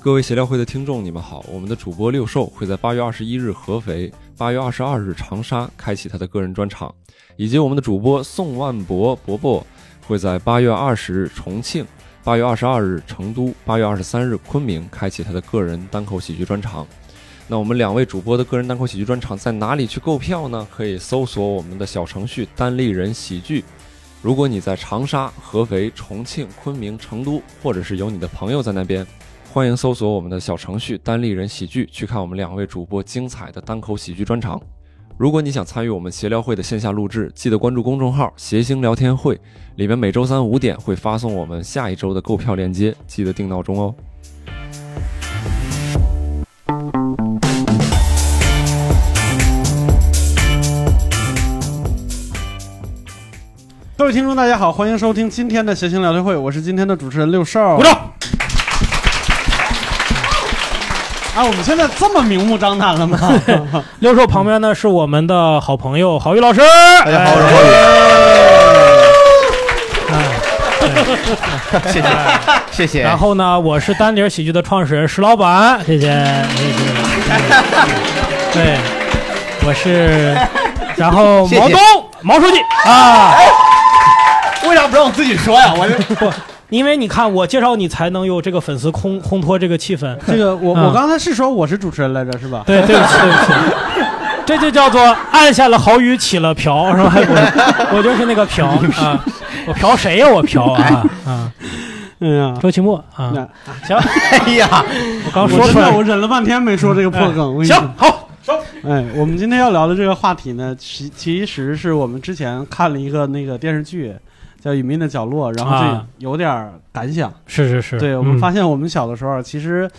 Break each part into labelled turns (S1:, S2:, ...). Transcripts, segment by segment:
S1: 各位协聊会的听众，你们好！我们的主播六兽会在八月二十一日合肥、八月二十二日长沙开启他的个人专场，以及我们的主播宋万博伯伯会在八月二十日重庆、八月二十二日成都、八月二十三日昆明开启他的个人单口喜剧专场。那我们两位主播的个人单口喜剧专场在哪里去购票呢？可以搜索我们的小程序“单立人喜剧”。如果你在长沙、合肥、重庆、昆明、成都，或者是有你的朋友在那边，欢迎搜索我们的小程序“单立人喜剧”，去看我们两位主播精彩的单口喜剧专场。如果你想参与我们协聊会的线下录制，记得关注公众号“谐星聊天会”，里面每周三五点会发送我们下一周的购票链接，记得定闹钟哦。
S2: 各位听众，大家好，欢迎收听今天的谐星聊天会，我是今天的主持人六少。鼓掌！啊，我们现在这么明目张胆 了吗？
S3: 六兽旁边呢是我们的好朋友郝宇老师。哎
S4: 大家好，我是
S3: 宇。
S4: 浩宇。 谢谢，谢谢。
S3: 哎然后呢，我是丹尼尔喜剧的创始人石老板，谢谢。谢谢对，我是，然后
S4: 谢谢
S3: 毛东毛书记啊，
S4: 为啥不让我自己说呀？我
S3: 因为你看我介绍你才能有这个粉丝烘烘托这个 气氛。
S2: 这个我、
S3: 嗯
S2: 我刚才是说我是主持人来着，是吧？
S3: 对，对不 起，对不起，这就叫做按下了好雨起了瓢，是吧？我 我就是那个 瓢啊，我瓢谁呀？我瓢啊啊！
S2: 嗯呀，
S3: 周奇墨啊，
S2: 那
S3: 行，
S4: 哎呀，
S3: 我刚说
S2: 我
S3: 出
S2: 真的
S3: 来，
S2: 我忍了半天没说这个破梗。我跟你
S3: 行
S2: 说，
S3: 好，
S2: 哎，我们今天要聊的这个话题呢，其其实是我们之前看了一个那个电视剧。叫《隐秘的角落》，然后就
S3: 啊
S2: 有点儿感想。
S3: 是是是，
S2: 对我们
S3: 嗯
S2: 发现，我们小的时候啊其实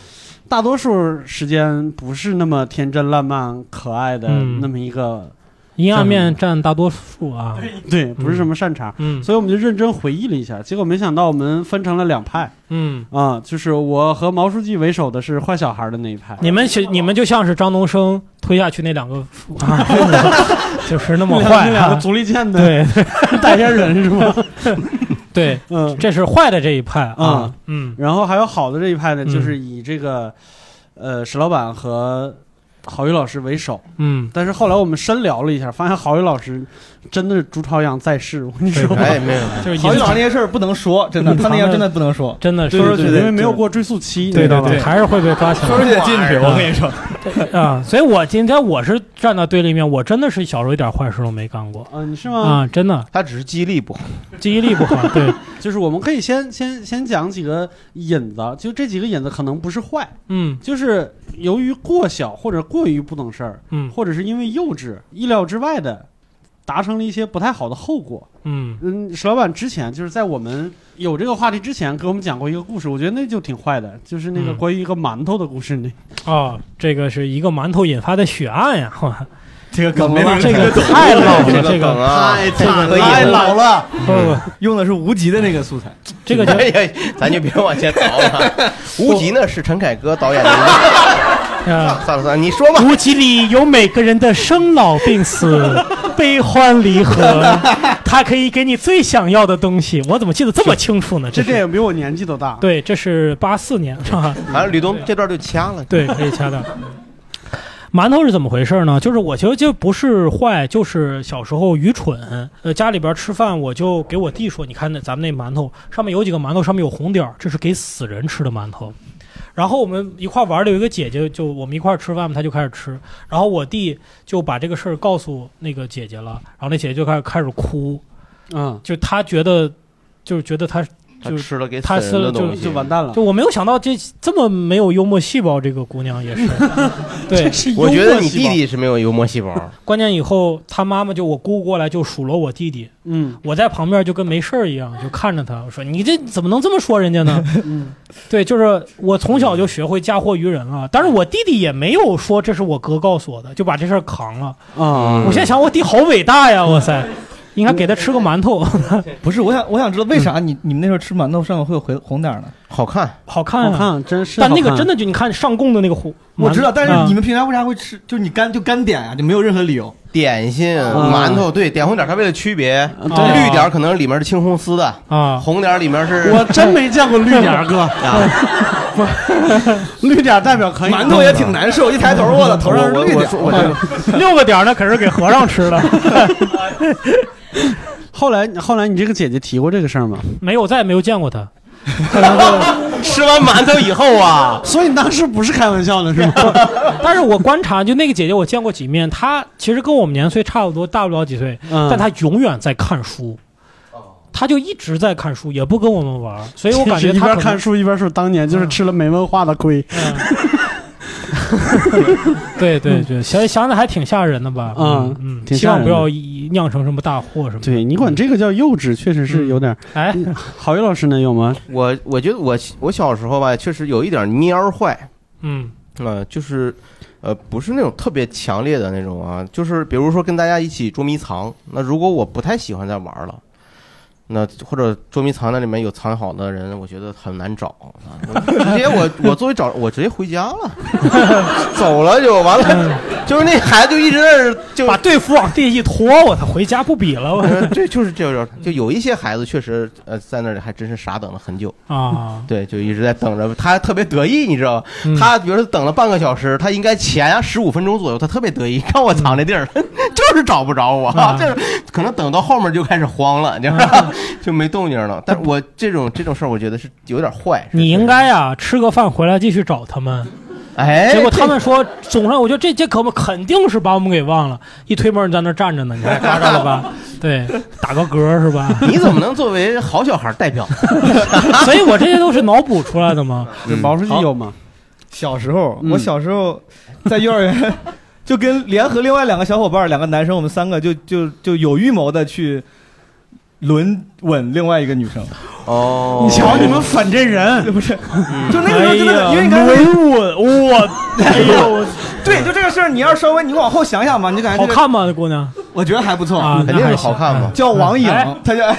S2: 大多数时间不是那么天真烂漫、可爱的
S3: 嗯
S2: 那么一个，
S3: 阴暗面占大多数啊，
S2: 对，不是什么善茬。
S3: 嗯
S2: 所以我们就认真回忆了一下，结果没想到我们分成了两派
S3: 嗯，
S2: 啊、就是我和毛书记为首的是坏小孩的那一派，
S3: 你们其你们就像是张东升推下去那两个父 啊， 就 是那么
S2: 那
S3: 坏
S2: 两个
S3: 啊，
S2: 足力健的
S3: 对
S2: 代言人是吗？
S3: 对，
S2: 嗯，
S3: 这是坏的这一派啊
S2: 啊，
S3: 嗯，
S2: 然后还有好的这一派呢，
S3: 嗯
S2: 就是以这个呃石老板和郝宇老师为首，
S3: 嗯，
S2: 但是后来我们深聊了一下，发现郝宇老师真的是朱朝阳在世，我跟你说
S3: 对。
S4: 哎，没有。
S3: 就是
S4: 郝宇
S3: 隐
S4: 老师那些事儿不能说，哦真的，他那样真的不能说，
S3: 嗯真的是
S2: 说出去
S4: 对对对
S2: 因为没有过追溯期，你
S3: 对
S2: 知道
S3: 对
S2: 吧
S3: 对，还是会被抓起
S4: 说出
S3: 来
S4: 去得进去。我跟你说，
S3: 啊。所以我今天我是站到对立面，我真的是小时候一点坏事都没干过
S2: 啊，你是吗？
S3: 啊，真的
S4: 他只是记忆力不好。
S3: 记忆力不好，对，
S2: 就是我们可以先先先讲几个引子，啊就这几个引子可能不是坏，
S3: 嗯
S2: 就是由于过小或者过于不懂事儿，
S3: 嗯
S2: 或者是因为幼稚、意料之外的，达成了一些不太好的后果。
S3: 嗯
S2: 嗯，石老板之前就是在我们有这个话题之前，给我们讲过一个故事，我觉得那就挺坏的，就是那个
S3: 嗯
S2: 关于一个馒头的故事。那、
S3: 哦，这个是一个馒头引发的血案呀，哇
S4: 这个
S3: 没人这个太老了这个
S4: 梗啊，
S3: 惨了
S4: 太老了。
S3: 不不，
S5: 用的是无极的那个素材，
S3: 这个就
S4: 哎呀，咱就别往前倒 了。无极呢是陈凯歌导演的一个，
S3: 呃，
S4: 算了算了，你说吧。
S3: 无极里有每个人的生老病死、悲欢离合，它可以给你最想要的东西。我怎么记得这么清楚呢？
S2: 这
S3: 这是啊
S2: 电影比我年纪 都大。
S3: 对，这是八四年是吧？
S4: 完了，吕东这段就掐了。
S3: 对，可以掐 掉。馒头是怎么回事呢？就是我其实就不是坏，就是小时候愚蠢。呃，家里边吃饭，我就给我弟说：“你看那咱们那馒头上面有几个馒头，上面有红点儿，这是给死人吃的馒头。”然后我们一块玩的有一个姐姐，就我们一块吃饭嘛，她就开始吃。然后我弟就把这个事儿告诉那个姐姐了，然后那姐姐就开始开始哭，
S2: 嗯，
S3: 就她觉得，就是觉得她
S4: 他
S3: 就
S4: 吃了给死
S3: 他吃
S4: 人
S3: 了
S4: 的
S3: 就
S4: 东西，
S2: 就完蛋了。
S3: 就我没有想到这这么没有幽默细胞，这个姑娘也是，对，
S2: 是
S4: 我觉
S2: 幽
S4: 得
S2: 默
S4: 你
S2: 细
S4: 弟
S2: 胞，
S4: 弟是没有幽默 细胞，
S3: 关键以后他妈妈就我姑过来就数落我弟弟，
S2: 嗯
S3: 我在旁边就跟没事儿一样，就看着他，我说你这怎么能这么说人家呢？
S2: 嗯，
S3: 对，就是我从小就学会嫁祸于人了，但是我弟弟也没有说这是我哥告诉我的，就把这事儿扛了。
S2: 啊
S3: 我现在想，我弟好伟大呀，哇
S2: 嗯
S3: 塞！应该给他吃个馒头，
S5: 不 是我想我想知道为啥你你们那时候吃馒头上面会有红红点儿呢？
S4: 好看。
S3: 好看
S2: 好
S3: 啊！
S2: 看，真是好
S3: 但
S2: 看。
S3: 那个真的就你看上供的那个火，
S5: 我知道，但是你
S3: 们
S5: 们平常为啥会吃？就是你干就干点啊，就没有任何理由。
S4: 点心、
S2: 啊
S4: 馒头，对，点红点儿它为了区别，
S3: 对
S4: 绿点儿可能里面是青红丝的，
S3: 啊，
S4: 红点儿里面是
S2: 我真没见过绿点儿哥，
S4: 啊，
S2: 绿点儿代表可以啊，
S4: 馒头也挺难受，一抬头，我的头上是绿点儿。
S3: 我六个点儿那可是给和尚吃的，
S2: 后来后来你这个姐姐提过这个事儿吗？
S3: 没有，我再也没有见过他。
S4: 吃完馒头以后啊，
S2: 所以你当时不是开玩笑的是吗？
S3: 但是我观察，就那个姐姐，我见过几面，她其实跟我们年岁差不多，大不了几岁，
S2: 嗯
S3: 但她永远在看书，她就一直在看书，也不跟我们玩儿，所以我感 觉
S2: 一
S3: 她
S2: 边
S3: 可能
S2: 看书一边说当年就是吃了没文化的亏。
S3: 嗯对对对，想想的还挺吓人的吧？
S2: 嗯
S3: 嗯，
S2: 挺
S3: 希
S2: 吓人的
S3: 望不要一酿成什么大 祸什么的。
S2: 对你管这个叫幼稚，确实是有点儿。
S3: 哎，
S2: 郝宇老师呢有吗？
S4: 我我觉得我我小时候吧，确实有一点蔫儿坏，
S3: 嗯
S4: 呃，就是，呃，不是那种特别强烈的那种啊，就是比如说跟大家一起捉迷藏，那如果我不太喜欢再玩了，那或者捉迷藏那里面有藏好的人，我觉得很难找，啊直接我我作为找我直接回家了， 走了就完了，就是那孩子就一直在那儿就
S3: 把队服往地一拖，我操，回家不比 了我
S4: 呃这就是这种，就有一些孩子确实呃在那里还真是傻等了很久，
S3: 啊！
S4: 对，就一直在等着，他特别得意，你知道吗？
S3: 嗯
S4: 他比如说等了半个小时，他应该前啊十五分钟左右，他特别得意，看我藏这地儿， 就是找不着我
S3: 嗯 啊，
S4: 就是可能等到后面就开始慌了，你知道吧？ 就没动静了。但我这种这种事儿，我觉得是有点坏。是
S3: 你应该呀，吃个饭回来继续找他们。
S4: 哎，
S3: 结果他们说，总上我觉得这这可不肯定是把我们给忘了。一推门，你在那儿站着呢， 你看嘎着了吧？对，打个嗝是吧？
S4: 你怎么能作为好小孩代表？
S3: 所以我这些都是脑补出来的嘛。
S2: 这毛书记有吗？
S5: 嗯小时候，
S2: 嗯
S5: 我小时候 在幼儿园， 就跟联合另外两个小伙伴儿，两个男生，我们三个就就就有预谋的去轮吻另外一个女生。
S4: 哦
S2: 你瞧你们反这 人，
S5: 不是，
S4: 嗯
S5: 就那个时候真的，
S3: 哎呀
S5: 因为你刚才
S3: 吻，我哎呦，
S5: 对，就这个事儿，你要稍微你往后想想嘛，你就感觉
S3: 好
S5: 这个，
S3: 看吗？那姑娘
S5: 我觉得还不错。
S3: 啊，
S4: 肯定是好看嘛
S3: 嘛。
S5: 叫王颖
S3: 哎，
S5: 他叫哎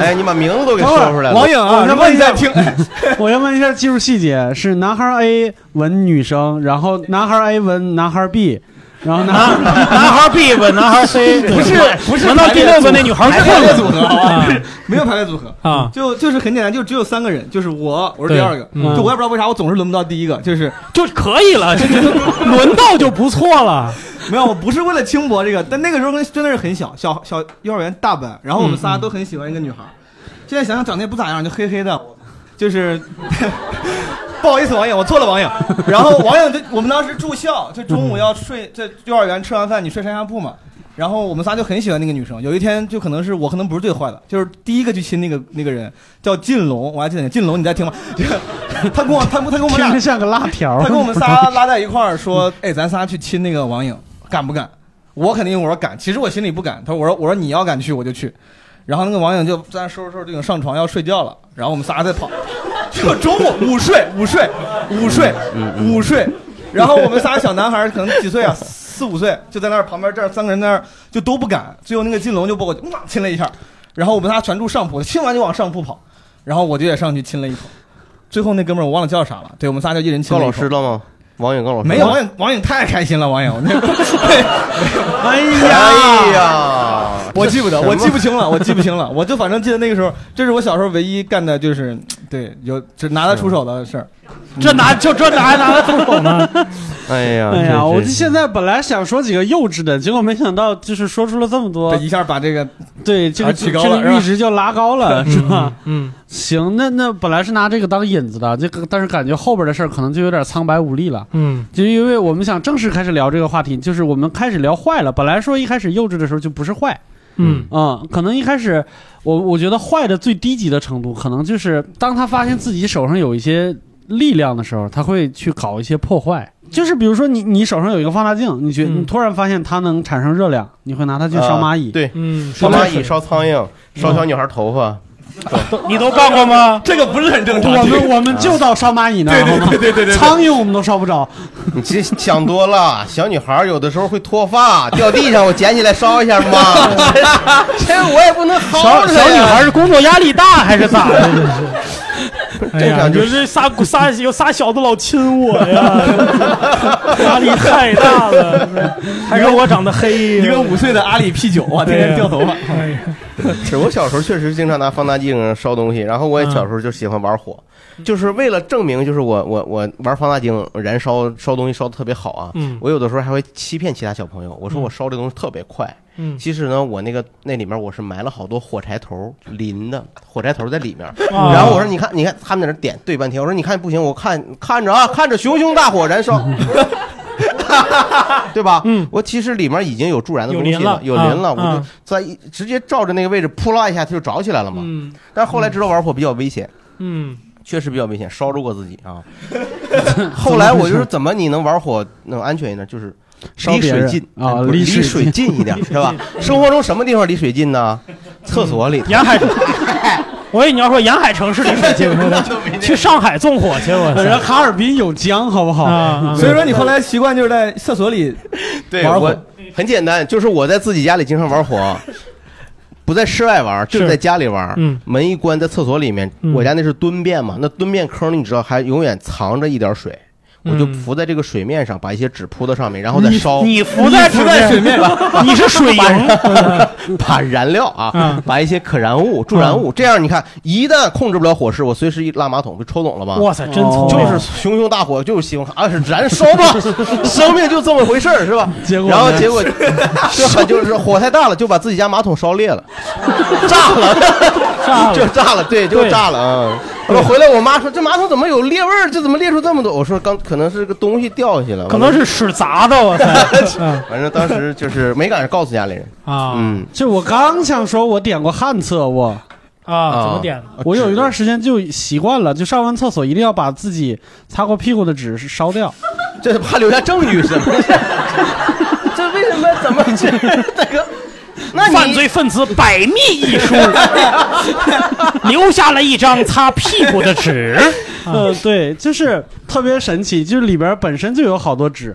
S4: 哎，你把名字都给
S5: 等
S4: 说
S5: 会
S4: 出
S5: 儿
S4: 来
S5: 王
S4: 了。
S5: 颖啊，
S2: 我
S5: 如果你在听，哎
S2: 我要问一下技术细节：是男孩 A 吻女生，然后男孩 A 吻男孩 B，然后男孩
S3: 男男孩 B 吻男 孩 C，不
S5: 是不是
S3: 难道第六个那女孩是
S5: 排列组
S3: 混
S5: 合
S3: 了
S5: 啊
S3: 啊？
S5: 没有排列组合。
S3: 啊，
S5: 就就是很简单，就只有三个人，就是我，我是
S3: 对
S5: 第二个，
S3: 嗯
S5: 就我也不知道为啥，我总是轮不到第一个，就是
S3: 就可以了，这这这轮到就不错了。
S5: 没有，我不是为了轻薄这个，但那个时候真的是很小，小小幼儿园大班，然后我们仨都很喜欢一个女孩，现在想想长得也不咋样，就黑黑的，就是 不好意思，王颖，我错了，王颖。然后王颖就我们当时住校，就中午要睡，在幼儿园吃完饭你睡上下铺嘛。然后我们仨就很喜欢那个女生，有一天就可能是我可能不是最坏的，就是第一个去亲那个那个人叫靳龙，我还记得你靳龙你在听吗？ 就是他跟我他跟他跟我们俩
S2: 听着像个辣条。
S5: 他跟我们 仨拉在一块儿说：“哎，咱仨去亲那个王颖，敢不敢？”我肯定我说敢，其实我心里不敢。他说：“我说我说你要敢去我就去。”然后那个王颖就在那收拾收拾就已经上床要睡觉了，然后我们仨在跑， 就中午午睡午睡午睡
S3: 嗯
S5: 午睡，然后我们仨小男孩儿可能几岁啊，四五岁就在那儿旁边这儿三个人在那儿就都不敢，最后那个金龙就把我嗯亲了一下，然后我们仨全住上铺，亲完就往上铺跑，然后我就也上去亲了一口，最后那哥们儿我忘了叫啥了，对我们仨就一人亲
S4: 高
S5: 了一
S4: 老
S5: 口。
S4: 师了吗？王颖，高老师
S5: 没有王颖，王颖太开心了，王颖，我那
S2: 哎
S4: 哎
S2: 呀，
S4: 呀，
S5: 我记不得，
S4: 这什么
S5: 我记不清了，我记不清了，我就反正记得那个时候，这是我小时候唯一干的，就是对有只拿得出手的事儿。
S3: 这拿就这拿还拿得出手呢？
S4: 哎呀，
S2: 哎
S4: 这
S2: 呀，我
S4: 这
S2: 现在本来想说几个幼稚的，结果没想到就是说出了这么多
S5: 这。一下把这个
S2: 对，这个
S5: 啊
S2: 这
S5: 提高了
S2: 个
S5: 是吧
S2: 阈值就拉 高了，是吧？
S3: 嗯，
S2: 行，那那本来是拿这个当引子的，这个但是感觉后边的事儿可能就有点苍白无力了。
S3: 嗯
S2: 就因为我们想正式开始聊这个话题，就是我们开始聊坏了。本来说一开始幼稚的时候就不是坏，
S3: 嗯
S2: 嗯，可能一开始我我觉得坏的最低级的程度，可能就是当他发现自己手上有一些力量的时候，他会去搞一些破坏。就是比如说你你手上有一个放大镜，你觉
S3: 嗯
S2: 你突然发现它能产生热量，你会拿它去烧蚂蚁。
S4: 呃对，
S3: 嗯，
S4: 烧蚂蚁、
S3: 水
S4: 烧苍蝇、
S2: 嗯
S4: 烧小女孩头发，
S3: 呃你都干过吗？
S5: 这个不是很正
S2: 我们我们就到烧蚂蚁那儿，好吗？
S5: 对对
S2: 苍蝇我们都烧不着，
S4: 你这想多了，小女孩有的时候会脱发，掉地上我捡起来烧一下嘛。这我也不能薅
S3: 小
S4: 着
S3: 小
S4: 她
S3: 女
S4: 呀
S3: 孩是工作压力大还是咋 的？ 哎呀，
S4: 感
S3: 你
S4: 觉
S3: 说这仨仨有仨小子老亲我呀， 压力太大了，还说我长得黑，
S5: 一个五岁的阿里 P 九啊，天天掉头发。
S3: 哎呀 嗯
S4: 是我小时候确实经常拿放大镜烧东西，然后我也小时候就喜欢玩火，就是为了证明，就是我我我玩放大镜燃烧烧东西烧的特别好啊。
S3: 嗯
S4: 我有的时候还会欺骗其他小朋友，我说
S3: 嗯
S4: 我烧这东西特别快。
S3: 嗯
S4: 其实呢，我那个那里面我是埋了好多火柴头淋的，火柴头在里面。
S3: 啊
S4: 然后我说你看你看他们在那点对半天，我说你看不行，我看看着啊，看着熊熊大火燃烧。 对吧？
S3: 嗯，
S4: 我其实里面已经有助燃的
S3: 有
S4: 东西
S3: 磷了
S4: 有
S3: 啊
S4: 磷了，我就
S3: 啊
S4: 在一直接照着那个位置扑啦一下，它就着起来了嘛。
S3: 嗯
S4: 但是后来知道玩火比较危险，
S3: 嗯
S4: 确实比较危险，烧着过自己 啊。后来我就是怎么你能玩火能安全一点，就是
S2: 烧
S4: 离
S2: 别
S4: 水
S2: 人
S4: 近哎
S2: 啊
S4: 不是
S2: 离
S4: 离
S2: 水
S4: 水
S2: 近
S4: 近一 点，是吧？生活中什么地方离水近呢？厕所 里。
S3: 沿 海，哎我以为你要说沿海城市里水近，去上海纵火去，我
S2: 人家
S3: 操
S2: 哈尔滨有江，好不好？
S3: 啊！
S5: 所以说你后来习惯就是在厕所里
S4: 对，
S5: 玩
S4: 我
S5: 火
S4: 很简单，就是我在自己家里经常玩火，不在室外玩，就是是在家里玩。
S3: 嗯
S4: 门一关，在厕所里面，
S3: 嗯
S4: 我家那是蹲便嘛，那蹲便坑你知道还永远藏着一点水。我就浮在这个水面上，把一些纸铺到上面，然后再烧，
S3: 嗯你浮在
S5: 浮在水面，
S3: 你是水银，
S4: 把燃料啊
S3: 嗯，
S4: 把一些可燃物、助燃物，这样你看，一旦控制不了火势，我随时一拉马桶就抽走了吧？
S3: 哇塞，真聪
S4: 就
S3: 明！哦
S4: 是熊熊大火，就是希望啊，是燃烧吧， 生命就这么回事儿，是吧？
S2: 结果呢
S4: 然后结果就很就是火太大了，就把自己家马桶烧 裂了，炸了，
S3: 炸了
S4: 就炸了，对，就
S3: 对
S4: 炸了啊！我回来，我妈说这马桶怎么有裂味儿？这怎么裂出这么多？我说刚可能是个东西掉下去了，
S3: 可能是 屎砸的，我操！嗯
S4: 反正当时就是没敢告诉家里人，
S3: 啊
S4: 嗯，
S2: 就我刚想说，我点过旱厕，我
S3: 啊，怎么点的？
S2: 我有一段时间就习惯了，就上完厕所一定要把自己擦过屁股的纸烧掉。
S4: 这是怕留下证据是吗？ 这为什么怎么这大哥？那你
S3: 犯罪分子百 密一疏， 留下了一张擦屁股的 纸。
S2: 嗯，对，就是特别神奇，就是里边本身就有好多纸，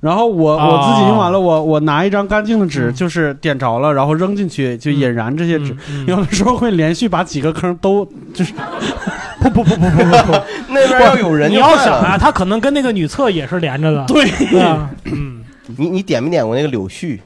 S2: 然后我我自己用完了，我我拿一张干净的纸，
S3: 啊嗯
S2: 就是点着了，然后扔进去就引燃这些纸。
S3: 嗯嗯
S2: 有的时候会连续把几个坑都 就是
S3: 不不不不不不不，
S4: 那边要有人
S3: 你
S4: 就
S3: 要
S4: 坏
S3: 想
S4: 了
S3: 啊，他可能跟那个女厕也是连着的。
S2: 对，
S3: 啊，嗯，
S4: 你你点没点过那个柳絮？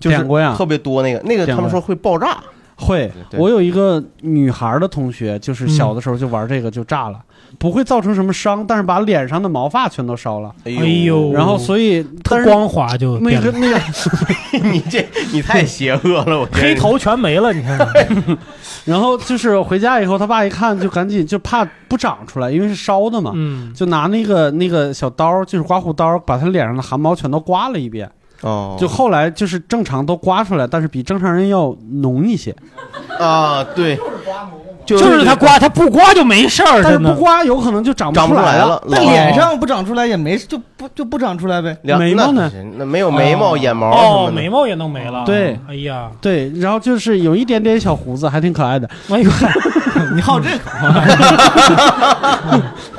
S4: 就是
S2: 点过呀
S4: 特别多那个，那个
S2: 点
S4: 他
S2: 过
S4: 们说会爆炸。
S2: 会，
S4: 对
S2: 我有一个女孩的同学，就是小的
S3: 嗯
S2: 时候就玩这个就炸了，不会造成什么伤，但是把脸上的毛发全都烧了。
S4: 哎
S3: 哎呦
S2: 然后所以，但
S3: 它
S2: 是
S3: 光滑就
S2: 那
S3: 变
S2: 个
S3: 了，
S2: 那个
S4: 你这 你太邪恶了，我觉得
S3: 黑。头全没了。你看，
S2: 然后就是回家以后，他爸一看就赶紧就怕不长出来，因为是烧的嘛，
S3: 嗯，
S2: 就拿那个那个小刀，就是刮胡刀，把他脸上的汗毛全都刮了一遍。
S4: 哦，
S2: 就后来就是正常都刮出来，但是比正常人要浓一些，
S4: 啊，对，就
S3: 就是他刮，他不刮就没事儿，
S2: 但是
S3: 真
S2: 不
S3: 的。
S2: 刮有可能就长
S4: 长不
S2: 出
S4: 出来
S2: 来
S4: 了。，
S5: 那
S4: 老
S5: 脸上不长出来也没就不就不长出来呗。
S4: 两
S2: 眉毛呢？
S4: 那那没有眉毛、
S5: 哦
S4: 眼毛
S3: 哦，
S4: 什么的
S3: 眉毛也弄没了。
S2: 对，
S3: 哎呀，
S2: 对，然后就是有一点点小胡子，还挺可爱的。
S3: 哎呦，
S5: 你好这口，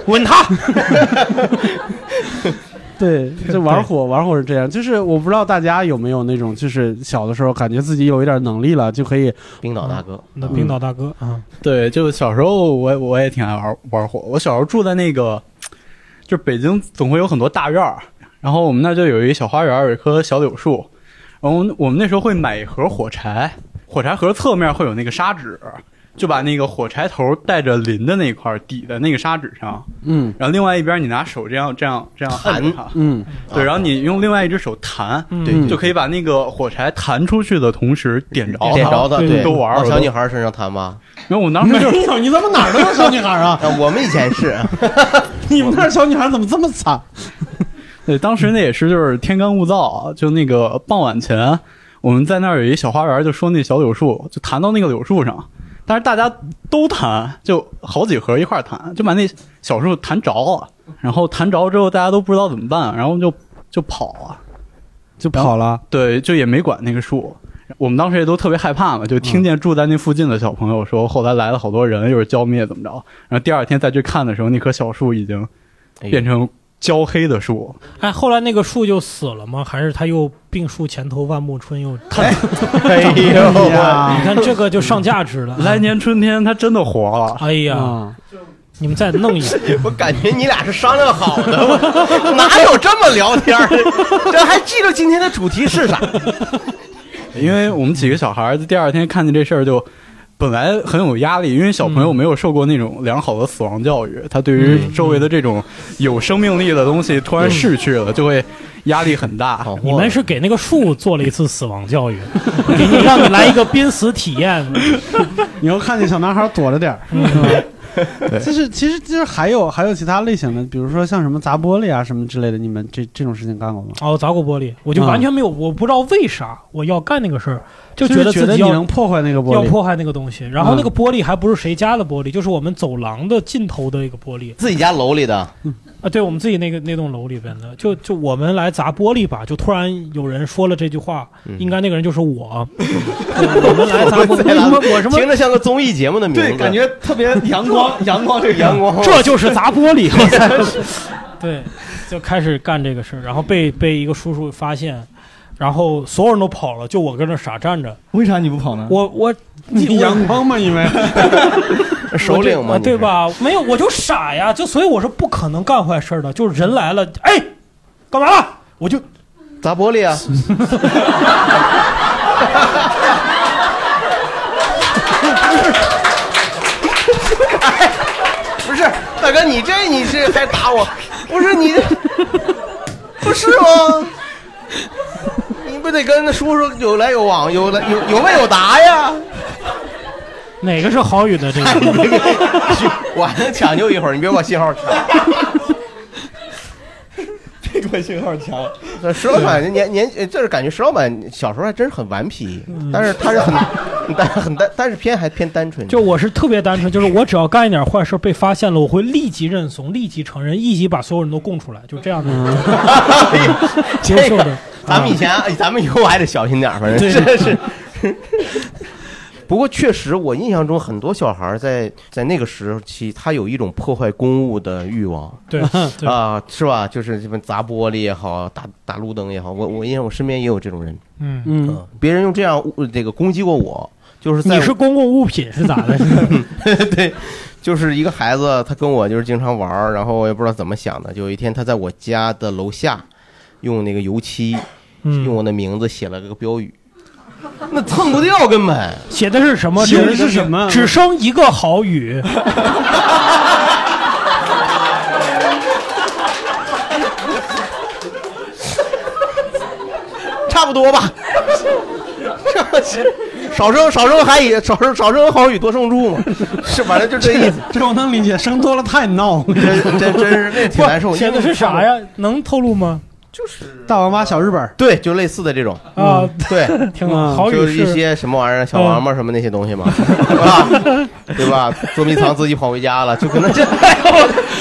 S3: 吻他。
S2: 对，就玩火，玩火是这样。就是我不知道大家有没有那种，就是小的时候感觉自己有一点能力了，就可以嗯
S4: 冰岛大哥，
S3: 那冰岛大哥啊，
S6: 对，就小时候我我也挺爱玩玩火。我小时候住在那个，就北京总会有很多大院儿，然后我们那儿就有一个小花园，有一棵小柳树。然后我们那时候会买一盒火柴，火柴盒侧面会有那个砂纸，就把那个火柴头带着磷的那块儿抵在那个砂纸上，
S2: 嗯
S6: 然后另外一边你拿手这样这样这样按着它，
S2: 嗯，
S6: 对，然后你用另外一只手弹，
S3: 嗯
S4: 对
S6: 就可以把那个火柴弹出去的同时点着它
S4: 点着的，
S3: 对
S4: 对，
S6: 都玩儿
S4: 往
S6: 我
S4: 小
S6: 都
S4: 女孩身上弹吧。
S6: 然后我当时就
S2: 你你怎么哪儿都有小 女孩 啊？
S4: 啊，我们以前是，
S2: 你们那儿小女孩怎么这么惨？
S6: 对，当时那也是就是天干物燥，就那个傍晚前，我们在那儿有一小花园，就说那小柳树，就弹到那个柳树上，但是大家都弹，就好几盒一块儿弹，就把那小树弹着了，然后弹着之后大家都不知道怎么办，然后就就跑啊，
S2: 就跑了。
S6: 对，就也没管那个树。我们当时也都特别害怕嘛，就听
S2: 嗯
S6: 见住在那附近的小朋友说，后来来了好多人，又是浇灭怎么着，然后第二天再去看的时候，那棵小树已经
S2: 哎
S4: 哎
S6: 变成焦黑的树，
S3: 哎，后来那个树就死了吗？还是他又病树前头万木春又？他
S4: 哎呦，
S2: 呀
S3: 你看这个就上价值了。
S6: 来，年春天它真的活了。嗯
S3: 哎呀，
S2: 啊，
S3: 你们再弄一个。
S4: 我感觉你俩是商量好的，我哪有这么聊天 儿的？这还记得今天的主题是啥？
S6: 因为我们几个小孩儿第二天看见这事儿就。本来很有压力，因为小朋友没有受过那种良好的死亡教育，他对于
S3: 嗯
S6: 周围的这种有生命力的东西突然逝去了，就会压力很大。
S4: 好货
S3: 你们是给那个树做了一次死亡教育，给你让你来一个濒死体验。
S2: 你要看见小男孩躲着点儿，是吧？就是其实就是还有还有其他类型的，比如说像什么砸玻璃啊什么之类的，你们这这种事情干过吗？
S3: 哦，砸过玻璃，我就完全没有，我不知道为啥我要干那个事儿，就
S2: 觉
S3: 觉得自己
S2: 你
S3: 要
S2: 能破坏那个玻
S3: 要
S2: 璃，
S3: 破坏那个东西。然
S2: 嗯
S3: 后那个玻璃还不是谁家的玻璃，就是我们走廊的尽头的一个玻璃
S4: 自己家楼里的，
S3: 啊，对我们自己那个那栋楼里边的。就就我们来砸玻璃吧，就突然有人说了这句话，
S4: 嗯
S3: 应该那个人就是我。我们来砸玻璃，为
S4: 来
S3: 什
S4: 砸
S3: 么 我什么
S4: 听着像个综艺节目的名字，
S5: 对，感觉特别阳光，阳光这个
S4: 阳光。
S3: 这就是砸玻璃，我操！ 对，就开始干这个事儿，然后被被一个叔叔发现，然后所有人都跑了，就我跟那傻站着。
S5: 为啥你不跑呢？
S3: 我我
S2: 你阳光吗？ 因为
S4: 首领嘛
S3: 我这啊
S4: 你是
S3: 对吧？没有，我就傻呀，就所以我是不可能干坏事儿的。就是人来了，哎，干嘛了？我就
S4: 砸玻璃啊！ 不是大哥，你这你是还打我？不是你， 不是吗？你不得跟那叔叔有来有往，有来有有问有答呀？哎
S3: 哪个是郝宇 的这个？
S4: 我还能抢救一会儿，你别把信号 抢。
S5: 这个信号强，
S4: 石老板年年呃就是感觉石老板小时候还真是很顽皮，但是他是很很单很单，但是偏还偏单纯。
S3: 就我是特别单纯，就是我只要干一点坏事儿被发现了，我会立即认怂，立即承认，立即把所有人都供出来，就这样的
S5: 嗯
S3: 嗯人。接受的。
S4: 咱们以前， 哎咱们以后还得小心点儿，反正
S3: 对
S4: 真是。 不过确实，我印象中很多小孩儿在在那个时期，他有一种破坏公物的欲望
S3: 对对
S4: 啊、是吧？就是这么砸玻璃也好，打打路灯也好，我我印象我身边也有这种人，
S3: 嗯，
S2: 嗯，
S4: 嗯，别人用这样呃这个攻击过我，就是在
S3: 你是公共物品是咋的？
S4: 对，就是一个孩子，他跟我就是经常玩儿，然后我也不知道怎么想的，就有一天他在我家的楼下用那个油漆
S3: 嗯
S4: 用我的名字写了个标语，那 蹭不掉根本。
S3: 写的是什么？
S2: 写的是什么
S3: 只剩一个好雨。
S4: 差不多吧。少生少生还以少生少生好雨多生猪嘛， 是反正就这意思。
S2: 嗯这我能理解，生多了太闹。
S4: 真真真是那挺难受。
S3: 写的是啥？呀？能透露吗？
S2: 大王八小日本儿，
S4: 对，就类似的这种，嗯
S3: 啊，
S4: 对， 嗯
S3: 听了，好
S4: 就
S3: 雨
S4: 是嗯一
S3: 是
S4: 些什么玩意儿，小王八什么那些东西嘛， 是吧？对吧？捉迷藏自己跑回家了，就可能这。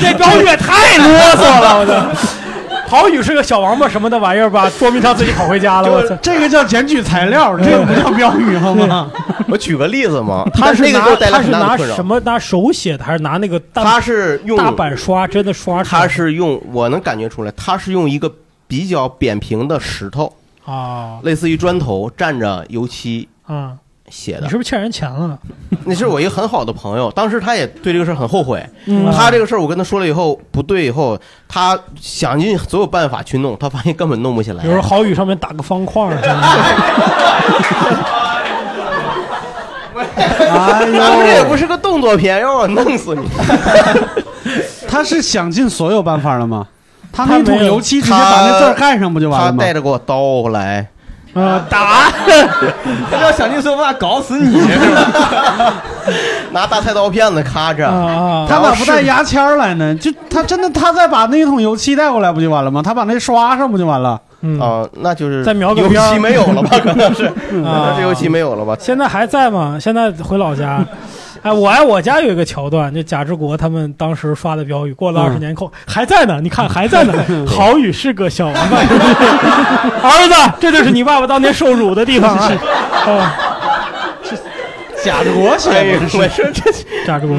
S3: 这标语也太啰嗦了，我操！好雨是个小王八什么的玩意儿吧？捉迷藏自己跑回家了，我操！
S2: 这个叫检举材料，这个不叫标语好吗？
S4: 我举个例子嘛，
S3: 他是
S4: 那个给
S3: 拿
S4: 我带来
S3: 他是
S4: 很大
S3: 拿
S4: 的困
S3: 什
S4: 扰。
S3: 么？拿手写的还是拿那个大
S4: 他是用
S3: 大板刷？真的刷出来？
S4: 他是用，我能感觉出来，他是用一个比较扁平的石头，
S3: 啊
S4: 类似于砖头蘸着油漆
S3: 啊！
S4: 写
S3: 你
S4: 的
S3: 是。不是欠人钱了？
S4: 那是我一个很好的朋友，当时他也对这个事儿很后悔。
S3: 嗯
S4: 他这个事儿我跟他说了以后不对，以后他想尽所有办法去弄，他发现根本弄不起 来
S3: 比。如说好雨上面打个方框，真的
S4: 咱
S2: 哎
S4: 们这也
S2: 呦，
S4: 不是个动作片，要不我弄死你！
S2: 他是想尽所有办法了吗？他那
S3: 他
S2: 桶
S3: 没有
S2: 油漆直接把那字儿盖上不就完
S4: 他
S2: 了吗
S4: 带？着给我刀来，
S3: 啊，打
S5: 他要想尽所有办法搞死你，是吧？
S4: 拿大菜刀片子咔
S3: 啊
S4: 着，
S3: 啊！
S2: 他咋不带牙签儿来呢？就他真的，他再把那一桶油漆带过来不就完了吗？他把那刷上不就完了？
S3: 嗯
S4: 啊，那就是
S3: 再描个
S4: 油
S3: 边儿
S4: 漆没有了 吧？可能是，可能
S3: 啊
S4: 是油漆没有了吧？
S3: 现在还在吗？现在回老 家。哎，我爱我家有一个桥段，就贾志国他们当时刷的标语，过了
S2: 嗯
S3: 二十年后、还在呢。你看还 在呢，郝宇是个小王八，儿子，这就是你爸爸当年受辱的 地方啊！啊，
S2: 贾志国写
S4: 哎呦
S2: 的，
S4: 我说这
S3: 贾志国，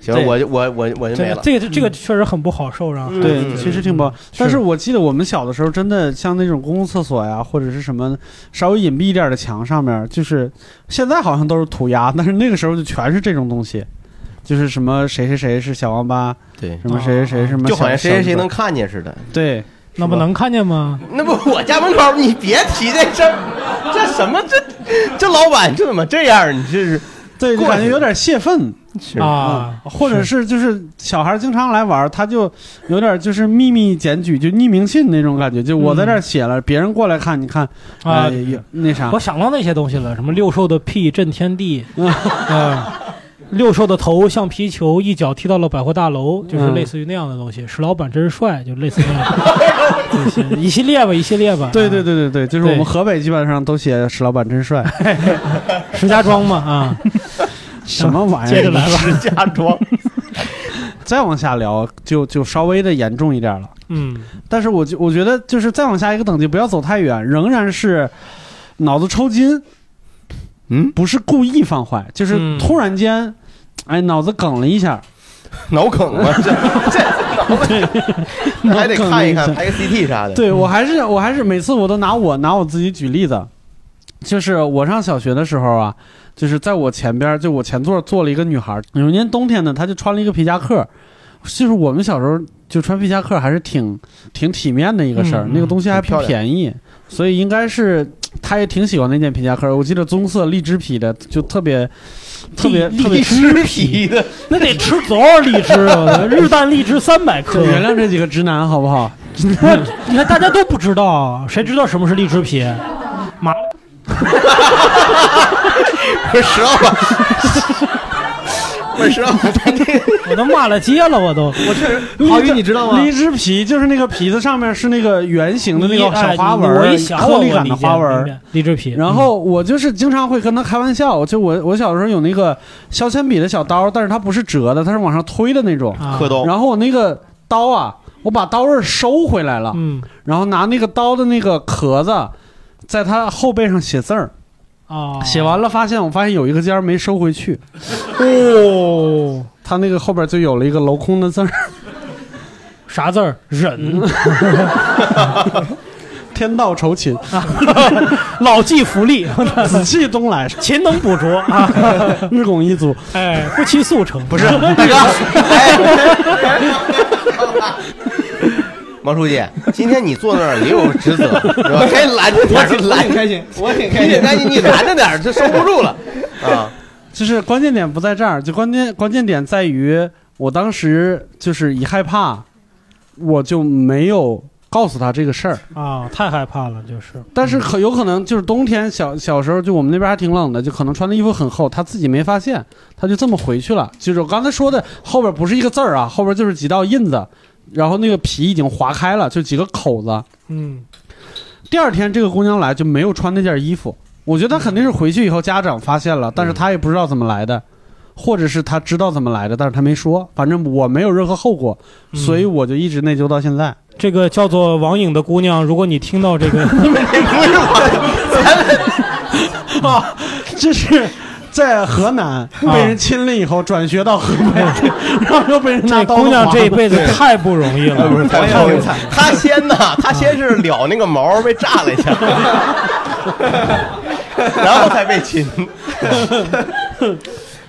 S4: 行，
S2: 对
S4: 我就我我我就
S3: 这
S4: 没
S3: 个
S4: 了。嗯
S3: 这个这个确实很不好受啊。
S2: 对，其实挺不好。但
S3: 是
S2: 是我记得我们小的时候，真的像那种公共厕所呀，或者是什么稍微隐蔽一点的墙上面，就是现在好像都是涂鸦，但是那个时候就全是这种东西，就是什么谁谁谁是小王八，
S4: 对，
S2: 什么谁谁谁什么小，
S4: 就好像谁谁谁
S2: 小
S4: 能看见似的。
S2: 对，
S3: 那不能看见吗？
S4: 那不我家门口，你别提这事儿。这什么这这老板这怎么这样？你这是
S2: 对，就
S4: 过
S2: 感觉
S4: 去
S2: 有点泄愤嗯
S4: 是
S3: 啊，
S2: 或者是就是小孩经常来玩，他就有点就是秘密检举，就匿名信那种感觉。就我在这儿写了，别人过来看，你看
S3: 啊
S2: 哎有那啥
S3: 我，想到那些东西了，什么六兽的屁震天地，
S2: 嗯
S3: 啊，六兽的头像皮球，一脚踢到了百货大楼，就是
S2: 嗯
S3: 类似于那样的东西。史老板真帅，就类似于那样的这些 一系列吧，一系列吧。
S2: 对对
S3: 啊，
S2: 对对对，就是我们河北基本上都写史老板真帅，
S3: 石家庄嘛啊，
S2: 什么玩意
S3: 接着
S2: 儿？
S3: 来吧。
S4: 石家庄，
S2: 再往下聊就就稍微的严重一点了。
S3: 嗯，
S2: 但是我就我觉得就是再往下一个等级，不要走太远，仍然是脑子抽筋，
S4: 嗯，
S2: 不是故意放坏，就是
S3: 嗯
S2: 突然间，哎，脑子梗了一下，
S4: 脑梗 了，这这脑梗还得看一看，拍个 CT 啥的。
S2: 对我还是我还是每次我都拿我拿我自己举例子，就是我上小学的时候啊，就是在我前边儿就我前座坐了一个女孩儿，有一年冬天呢，她就穿了一个皮夹克，就是我们小时候就穿皮夹克还是挺挺体面的一个事儿，
S3: 嗯嗯
S2: 那个东西还不
S4: 很漂亮
S2: 便宜，所以应该是她也挺喜欢那件皮夹克，我记得棕色荔枝皮的，就特别特别特别
S4: 荔枝皮 的，
S3: 那得吃多少荔枝啊？日啖荔枝三百克。
S2: 原 谅这几个直男好不好？
S3: 不是，你看大家都不知道，谁知道什么是荔枝皮？麻
S4: 不是石老板，不是石老板，
S3: 我都骂了街了，我都。
S5: 我确 实，郝宇你知道吗？
S2: 荔枝皮就是那个皮子上面是那个圆形的那个小花纹
S3: 哎
S2: 儿，
S3: 我一想我
S2: 颗粒感的花纹
S3: 我理
S2: 儿
S3: 解。明白荔枝皮。
S2: 然后我就是经常会跟他开玩笑，就我我小时候有那个削铅笔的小刀，但是它不是折的，它是往上推的那种。
S3: 啊
S4: 蝌蚪
S2: 然后我那个刀啊，我把刀刃收回来了，
S3: 嗯
S2: 然后拿那个刀的那个壳子，在它后背上写字儿，
S3: 啊，
S2: 写完了发现我发现有一个尖儿没收回去，
S3: 哦，
S2: 它那个后边就有了一个镂空的字儿，
S3: 啥字儿？忍，
S2: 天道酬 勤，
S3: 老骥伏 枥，
S2: 紫气东来，
S3: 勤能补 拙啊，
S2: 日拱一卒。
S3: 哎，不期速成。
S4: 不是大哥，哎毛书记，今天你坐那儿也有职责，是吧？该拦着点
S5: 我
S4: 儿，
S5: 挺我
S4: 拦
S5: 挺
S4: 着
S5: 开心，我挺开
S4: 你
S5: 心哎
S4: 得。赶紧，你拦着点儿，这收不 住了啊！
S2: 就是关键点不在这儿，就关键关键点在于我当时就是一害怕，我就没有告诉他这个事儿。
S3: 啊，太害怕了，就是。
S2: 但是可有可能就是冬天小小时候就我们那边还挺冷的，就可能穿的衣服很厚，他自己没发现，他就这么回去了。就是我刚才说的后边不是一个字儿啊，后边就是几道印子，然后那个皮已经划开了，就几个口子。
S3: 嗯，
S2: 第二天这个姑娘来就没有穿那件衣服，我觉得她肯定是回去以后家长发现了，
S3: 嗯
S2: 但是她也不知道怎么来的，或者是她知道怎么来的，但是她没说，反正我没有任何后果，
S3: 嗯
S2: 所以我就一直内疚到现在。
S3: 这个叫做网瘾的姑娘，如果你听到这个，
S2: 啊，这是。在河
S3: 啊
S2: 南被人亲了以后，转学到河 北，然后又被人拿
S3: 这
S2: 刀
S3: 姑娘
S2: 划
S3: 这一辈子太不容易 了。
S4: 王阳明啊他先呢，他先是撩那个毛被炸了一下， 然后才被亲。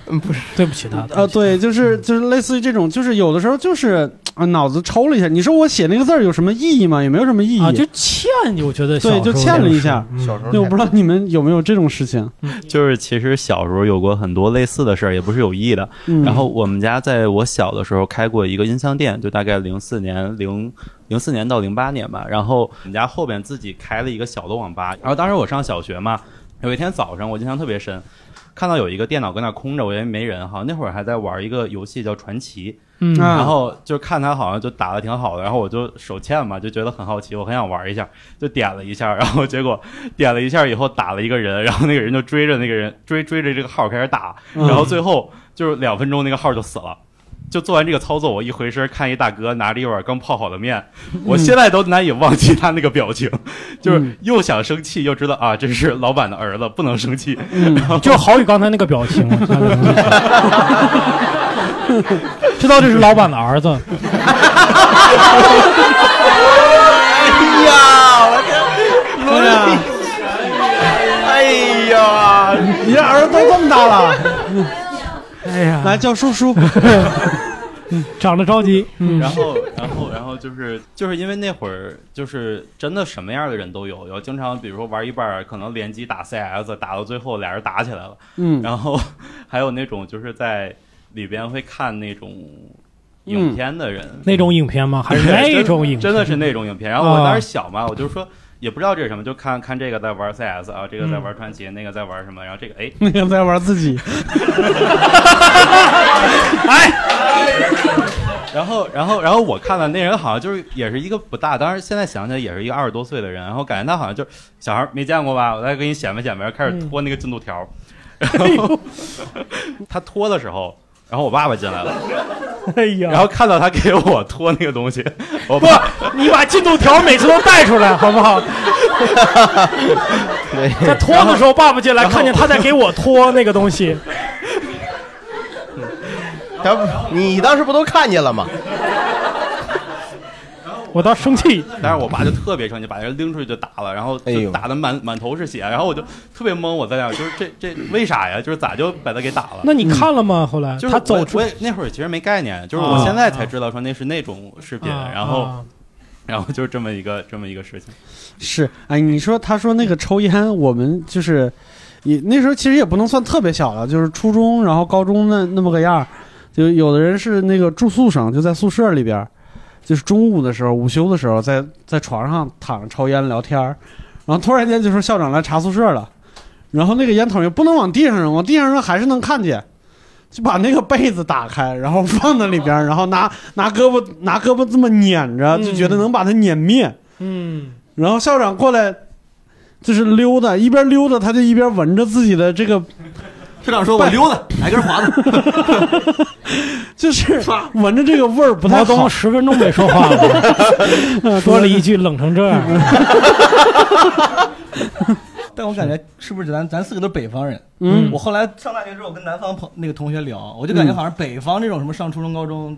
S2: 嗯
S3: 对不起嗯她，
S2: 呃，对，就是就是类似于这种，就是有的时候就是啊脑子抽了一下。你说我写那个字儿有什么意义吗？也没有什么意义
S3: 啊，就欠，我觉得小时候
S2: 对就欠了一下
S3: 就是。
S4: 小
S3: 嗯
S4: 时候
S2: 对，我不知道你们有没有这种事情。
S7: 就是其实小时候有过很多类似的事儿，也不是有意的。
S2: 嗯、
S7: 然后我们家在我小的时候开过一个音像店，就大概零四年零零四年到零八年吧。然后我们家后边自己开了一个小的网吧。然后当时我上小学嘛，有一天早上我印象特别深，看到有一个电脑搁那空着，我以为没人哈。那会儿还在玩一个游戏叫传奇，
S3: 嗯
S2: 啊
S7: 然后就看他好像就打的挺好的，然后我就手欠嘛，就觉得很好奇，我很想玩一下，就点了一下，然后结果 点了一下以后打了一个人，然后那个人就追着那个人追追着这个号开始打，
S2: 嗯
S7: 然后最后就是两分钟那个号就死了。就做完这个操作，我一回身看一大哥拿着一碗刚泡好的面，我现在都难以忘记他那个表情，就是又想生气又知道啊这是老板的儿子不能生气，
S2: 嗯
S3: 就是郝宇刚才那个 表情，我现在都能想 知道这是老板 的儿子，
S4: 哎呀，我天，轮椅，哎呀，
S2: 你这儿子都这么大了，
S3: 哎呀，
S2: 来叫叔叔。
S3: 长得着急，嗯，
S7: 然后，然然后然后就是就是因为那会儿就是真的什么样的人都有，有经常比如说玩一半儿可能联机打 CS 打到最后俩人打起来了，
S2: 嗯
S7: 然后还有那种就是在里边会看那种影片的人，
S3: 那种影片吗？还是
S7: 对
S3: 嗯 那
S7: 真
S3: 种影片？
S7: 真的是那种影片。然后我
S3: 啊
S7: 当时小嘛，我就说也不知道这是什么，就看看这个在玩 CS 啊，这个在
S3: 嗯
S7: 玩传奇，那个在玩什么，然后 这个哎，
S2: 那个在玩自己，
S3: 哎
S7: 然后然后然后我看了那人好像就是也是一个不大，当然现在想起来也是一个二十多岁的人，然后感觉他好像就是小孩儿没见过吧，我再给你显摆显摆，开始拖
S3: 嗯
S7: 那个进度条儿，然后他拖的时候。然后我爸爸进来了，
S3: 哎
S7: 然
S3: 呀，
S7: 后看到他给我拖那个 东西，我爸
S3: 你把进度条每次都带出来好不 好？
S4: 对，
S3: 在拖的时候，爸爸进来看见他在给我拖那个东西，
S4: 他不你当时不都看见了吗？
S3: 我当时生气。
S7: 但是我爸就特别生气，把人拎出去就打了，然后
S4: 哎
S7: 就
S4: 呦
S7: 打的满、满头是血，然后我就特别懵，我在那儿就是这这为啥呀？就是咋就把他给打了？
S3: 那你看了
S4: 嗯
S3: 吗？后来
S7: 就是
S3: 他
S7: 我
S3: 走出
S7: 我也那会儿其实没概念，就是我
S3: 啊
S7: 现在才知道说那是那种视频，
S3: 啊
S7: 然后、
S3: 啊
S7: 然后就是这么一个这么一个事情。
S2: 是，哎，你说他说那个抽烟，我们就是也那时候其实也不能算特别小了，就是初中，然后高中那那么个样儿。就有的人是那个住宿生，就在宿舍里边儿，就是中午的时候、午休的时候，在在床上躺着抽烟聊天儿，然后突然间就说校长来查宿舍了，然后那个烟筒也不能往地上扔，往地上扔还是能看见。就把那个被子打开，然后放在里边儿，然后拿拿胳膊拿胳膊这么捻着，就觉得能把它捻灭。
S3: 嗯，
S2: 然后校长过来，就是溜达，一边溜达他就一边闻着自己的这个，
S5: 校长说：“我溜 达，来根华子。
S2: 就是闻着这个味儿不太
S3: 毛泽
S2: 好
S3: 东。十分钟没说话了， 说了一句冷成这
S4: 嗯
S3: 样，”
S5: 但我感觉是不是咱咱四个都是北方人？
S2: 嗯
S5: 我后来上大学之后跟南方朋那个同学聊，我就感觉
S2: 嗯
S5: 好像北方这种什么上初中、高中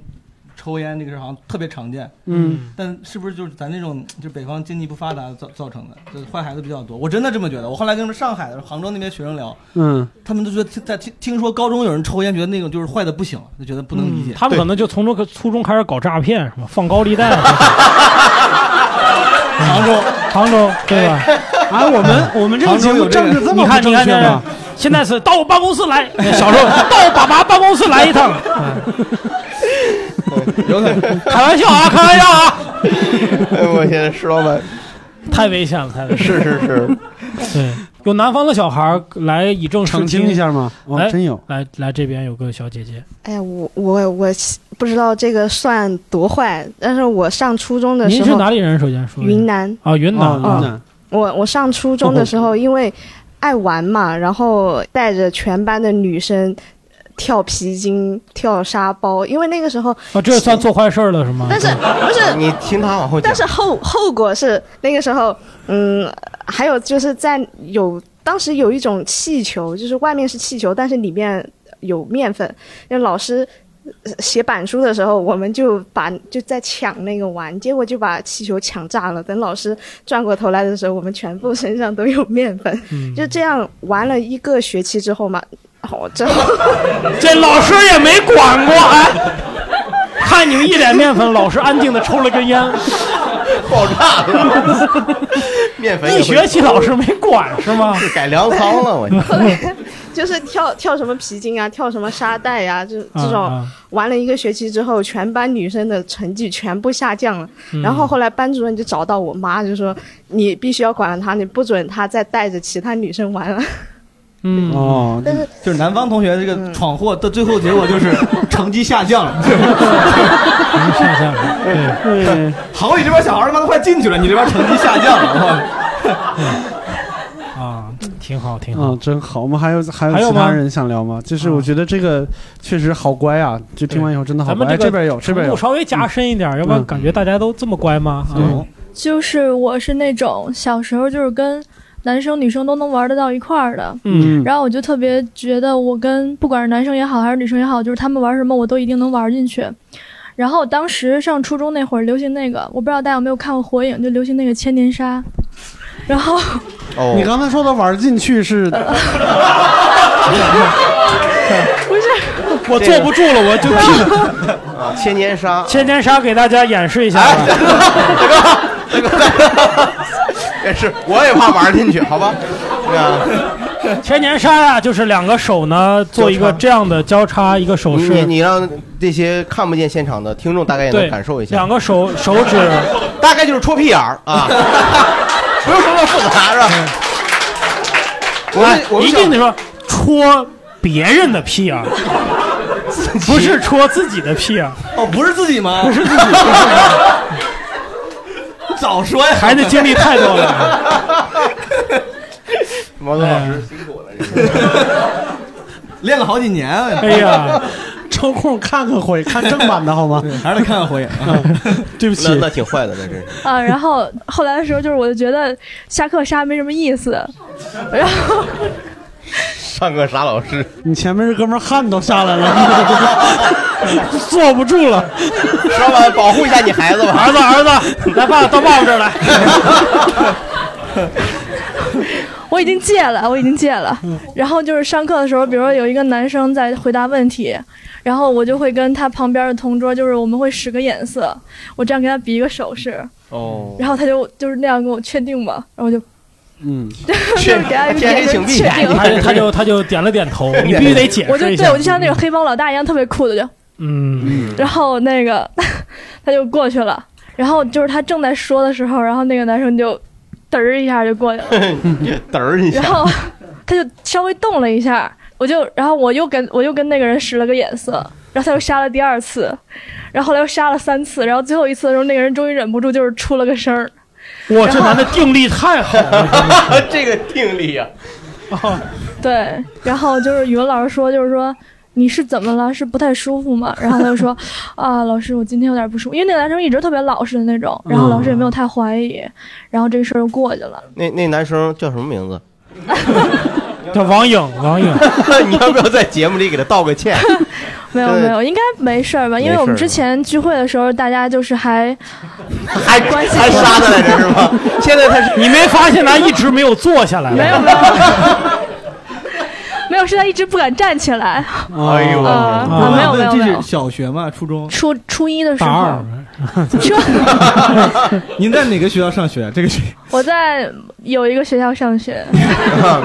S5: 抽烟这个事儿好像特别常见。
S2: 嗯，
S5: 但是不是就是咱这种就北方经济不发达造造成的，就是坏孩子比较多？我真的这么觉得。我后来跟他们上海的、杭州那边学生聊，
S2: 嗯
S5: 他们都觉得听在听听说高中有人抽烟，觉得那种就是坏的不行了，就觉得不能理解。
S3: 嗯他们可能就从这个初中开始搞诈骗，什么放高 利贷，啊
S5: 杭州
S3: 杭州对吧？
S2: 啊，我们我们这个
S5: 杭州
S2: 节目
S5: 有这
S2: 政
S5: 个
S2: 治这
S3: 你
S2: 么
S3: 看，
S2: 不正
S3: 你看，
S2: 确
S3: 这
S2: 吗？
S3: 现在是到我办公室 来，小时候到我爸妈办公室来一趟，
S4: 有可能。
S3: 开玩笑啊，开玩笑啊，
S4: 哎， 我现在石老板
S3: 太危险了，太危险
S4: 是
S3: 了。
S4: 是是，
S3: 对，有南方的小孩儿来以正视
S2: 澄清一
S3: 听，
S2: 下吗？哦
S3: 哎，
S2: 真有。
S3: 来来这边有个小姐姐，
S8: 哎呀，我我我不知道这个算多坏，但是我上初中的
S3: 您
S8: 时
S3: 是
S8: 候，
S3: 哪里人？首先说一下
S8: 云南，
S3: 啊，云南
S2: 哦
S3: 啊
S2: 云，南
S8: 我我上初中的时候，因为爱玩嘛，然后带着全班的女生呃跳皮筋、跳沙包，因为那个时候，
S3: 啊这算做坏事儿了是吗？
S8: 但是不是
S4: 你听他往后讲
S8: 但。是 后后果是那个时候，嗯，还有就是在有当时有一种气球，就是外面是气球，但是里面有面粉。那老师呃写板书的时候，我们就把就在抢那个玩，结果就把气球抢炸了。等老师转过头来的时候，我们全部身上都有面粉。
S3: 嗯
S8: 就这样玩了一个学期之后嘛，哦， 之后。
S3: 这老师也没管过，哎，看你们一脸面粉，老师安静的抽了根 烟，
S4: 爆炸了，面粉也会
S3: 一学期老师没管是吗？
S4: 是改粮仓了，我
S8: 就是跳跳什么皮筋啊，跳什么沙袋呀、就
S3: 啊
S8: 这种
S3: 啊
S8: 玩了一个学期之后，全班女生的成绩全部下降了。然后后来班主任就找到我妈，就说你必须要管了她，你不准她再带着其他女生玩了。
S3: 嗯，
S2: 哦，
S8: 但是
S5: 就是南方同学这
S4: 嗯
S5: 个闯祸的最后结果就是成绩下降了。
S3: 上下对，
S2: 对，
S5: 好，你这边小孩儿他妈都快进去了，你这边成绩下降了。
S3: 嗯啊，挺好挺好。
S2: 嗯，真好。我们还有还有
S3: 还有
S2: 其他
S3: 吗
S2: 人想聊吗？就是
S3: 啊
S2: 我觉得这个确实好乖啊，就听完以后真的好
S3: 咱们
S2: 乖。哎
S3: 这
S2: 这
S3: 个
S2: 边有，这边
S3: 程度
S2: 有。嗯
S3: 稍微加深一点，要不然感觉大家都这么乖吗？啊
S2: 对
S9: 就是我是那种小时候就是跟男生女生都能玩得到一块儿的，
S2: 嗯，
S9: 然后我就特别觉得我跟不管是男生也好还是女生也好，就是他们玩什么我都一定能玩进去。然后当时上初中那会儿流行那个，我不知道大家有没有看过《火影》，就流行那个千年杀。然后
S2: 你
S4: 哦，
S2: 刚才说的玩进去 是
S3: 我坐不住了，我就
S9: 然后
S4: 千啊年杀，
S3: 千年杀给大家演示一下吧。
S4: 也是，我也怕玩进去，好吧？对啊，
S2: 哎
S3: 千年杀呀、就是两个手呢做一个这样的交叉，一个手
S4: 你
S3: 势。
S4: 你你让这些看不见现场的听众大概也能
S3: 对
S4: 感受一下，
S3: 两个手手指，
S4: 大概就是戳屁眼儿 啊，不用什么复 杂是吧？我们
S3: 哎
S4: 我们
S3: 一
S4: 想
S3: 定得说戳别人的屁眼儿，不是戳自己的屁啊 眼儿，
S5: 哦，不是自己吗？不是自己， 早啊说呀！
S3: 孩子经历太多了。 哎
S4: 毛泽老师辛苦了，这个
S5: 练了好几年，啊
S3: 哎呀，
S2: 抽空看看回，看正版的好吗？
S5: 还是得看看火影。
S3: 嗯
S2: 对不
S4: 那
S2: 起，
S4: 那挺坏的，那真是。
S9: 啊，然后后来的时候，就是我就觉得下课杀没什么意思，然后
S4: 上个傻老师，
S2: 你前面这哥们儿汗都下来了， 坐不住了。
S4: 稍晚保护一下你孩子吧。
S3: 儿子儿子，来爸到爸爸这儿来。
S9: 我已经戒了，我已经戒了。
S3: 嗯
S9: 然后就是上课的时候，比如说有一个男生在回答问题，然后我就会跟他旁边的同桌，就是我们会使个眼色，我这样给他比一个手势，
S4: 哦，
S9: 然后他就就是那样跟我确定嘛，然后我就
S2: 嗯，
S9: 就是 给他一个
S4: 确
S9: 眼神
S4: 请闭
S9: 确
S4: 眼
S9: 定。
S3: 他就他就他就点了点 头，你必须得解
S9: 我就
S3: 释一
S9: 对
S3: 下
S9: 我。就像那种黑帮老大一样特别酷的，就
S3: 嗯，
S9: 然后那个 他就过去了，然后就是他正在说的时候，然后那个男生就嘚儿一下就过去了，
S4: 嘚儿一
S9: 然
S4: 下，
S9: 后他就稍微动了一下，我就然后我又跟我又跟那个人使了个眼色，然后他又杀了第二次，然后后来又杀了三次，然后最后一次的时候，那个人终于忍不住就是出了个声儿，
S3: 哇，这男的定力太好了。
S4: 这个定力啊，
S9: 对，然后就是语文老师说，就是说你是怎么了？是不太舒服吗？然后他就 说，啊，老师，我今天有点不舒服，因为那个男生一直特别老实的那种，然后老师也没有太怀疑，然后这个事儿就过去了。
S4: 那那男生叫什么名字？
S3: 叫王颖，王颖，
S4: 你要不要在节目里给他道个 歉？
S9: 没有
S4: 对
S9: 没有，应该没事儿吧？因为我们之前聚会的时候，大家就是还
S4: 还
S9: 关系
S4: 还杀他来着是吗？现在他是
S3: 你没发现他一直没有坐下来吗？
S9: 没有没有没有，是他一直不敢站起来
S3: 哦
S4: 哎呦
S9: 啊啊！没有没有
S5: 这
S9: 没
S5: 是
S9: 有，
S5: 小学嘛，初中？
S9: 初初一的时
S3: 大
S9: 候
S3: 二，，
S9: 初
S5: 您在哪个学校上学？这个学
S9: 我在有一个学校上学，
S2: 啊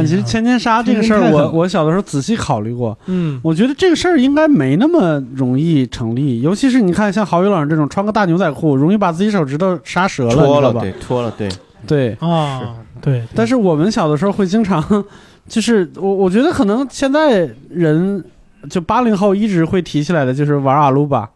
S2: 其实千年杀这个事儿，我我小的时候仔细考虑过，
S3: 嗯，
S2: 我觉得这个事儿应该没那么容易成立，尤其是你看像郝宇老师这种穿个大牛仔裤，容易把自己手指头杀折了，你
S4: 戳
S2: 知道
S4: 了，
S2: 吧？
S4: 对，戳了，对，
S2: 对
S3: 啊，对，
S2: 但是我们小的时候会经常， 就是我我觉得可能现在人就八零后一直会提起来的就是玩阿鲁巴，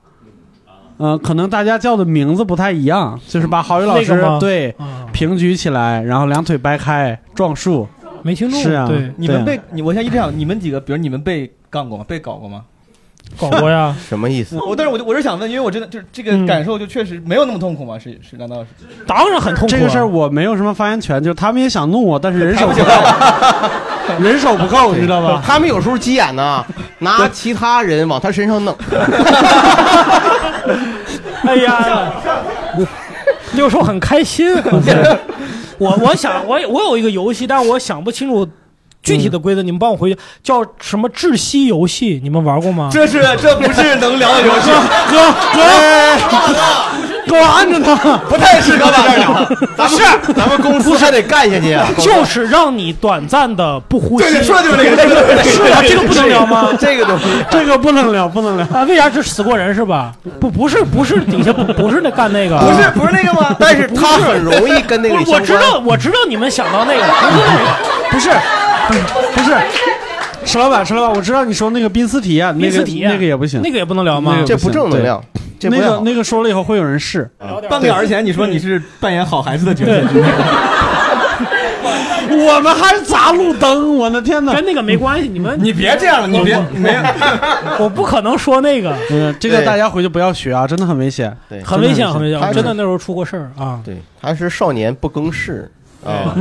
S2: 嗯、可能大家叫的名字不太一样，就是把郝宇老师
S3: 那个吗
S2: 对
S3: 啊，
S2: 平举起来，然后两腿掰开撞树，
S3: 没听众
S2: 是啊
S3: 对，
S5: 你们被你，我现在一直想，你们几个，比如你们被干过吗？被搞过吗？
S3: 搞过呀，
S4: 什么意思？
S5: 我，但是我就我是想问，因为我真的就是这
S3: 嗯
S5: 个感受，就确实没有那么痛苦吗？是是，难道是？
S3: 当然很痛苦啊。
S2: 这个事儿我没有什么发言权，就他们也想弄我，但是人手不够，人手不够，你知道吧？
S4: 他们有时候急眼 呢，拿其他人往他身上弄，
S3: 哎呀，六叔很开 心。我我想我我有一个游戏，但是我想不清楚具体的规
S4: 嗯
S3: 则，你们帮我回去叫什么窒息游戏？你们玩过吗？
S5: 这是这不是能聊的游戏，
S2: 哥哥，给我按着他。
S4: 哎不太适合在这儿 聊。咱们咱们公司还得干下去啊。
S3: 就是让你短暂的不呼吸。
S5: 对，说的就是这个。
S2: 哎
S3: 是啊， 这个不能聊吗？
S4: 这个东西，
S2: 这个不能聊，不能聊。
S3: 啊，为啥这死过人是吧？不，不是，不是底下不不是那干那个，不
S5: 是不是那个 吗？
S4: 但是他很容易跟那个
S3: 我我知道，我知道你们想到那个，不是那个
S2: 不是，不是，不是，石老板，石老板，我知道你说那个宾斯提啊，
S3: 密斯体验
S2: 那个那个也不行，
S3: 那个也不能聊吗？
S2: 那个
S4: 这不正能量，这不
S2: 那
S4: 太
S2: 个
S4: 好
S2: 那个说了以后会有人试。
S4: 啊
S2: 嗯
S5: 半个小时前你说你是扮演好孩子的角 色，
S2: 我们还砸路灯，我的天哪！
S3: 跟那个没关系，你们
S5: 你别这样了，你别你没有，
S3: 我不可能说那个，
S2: 嗯，这个
S4: 对
S2: 大家回去不要学啊，真的很危险。
S4: 对
S3: 很危险，很危险，
S4: 他
S3: 我
S4: 是
S3: 真的那时候出过事儿啊。
S4: 对，他是少年不更事 啊。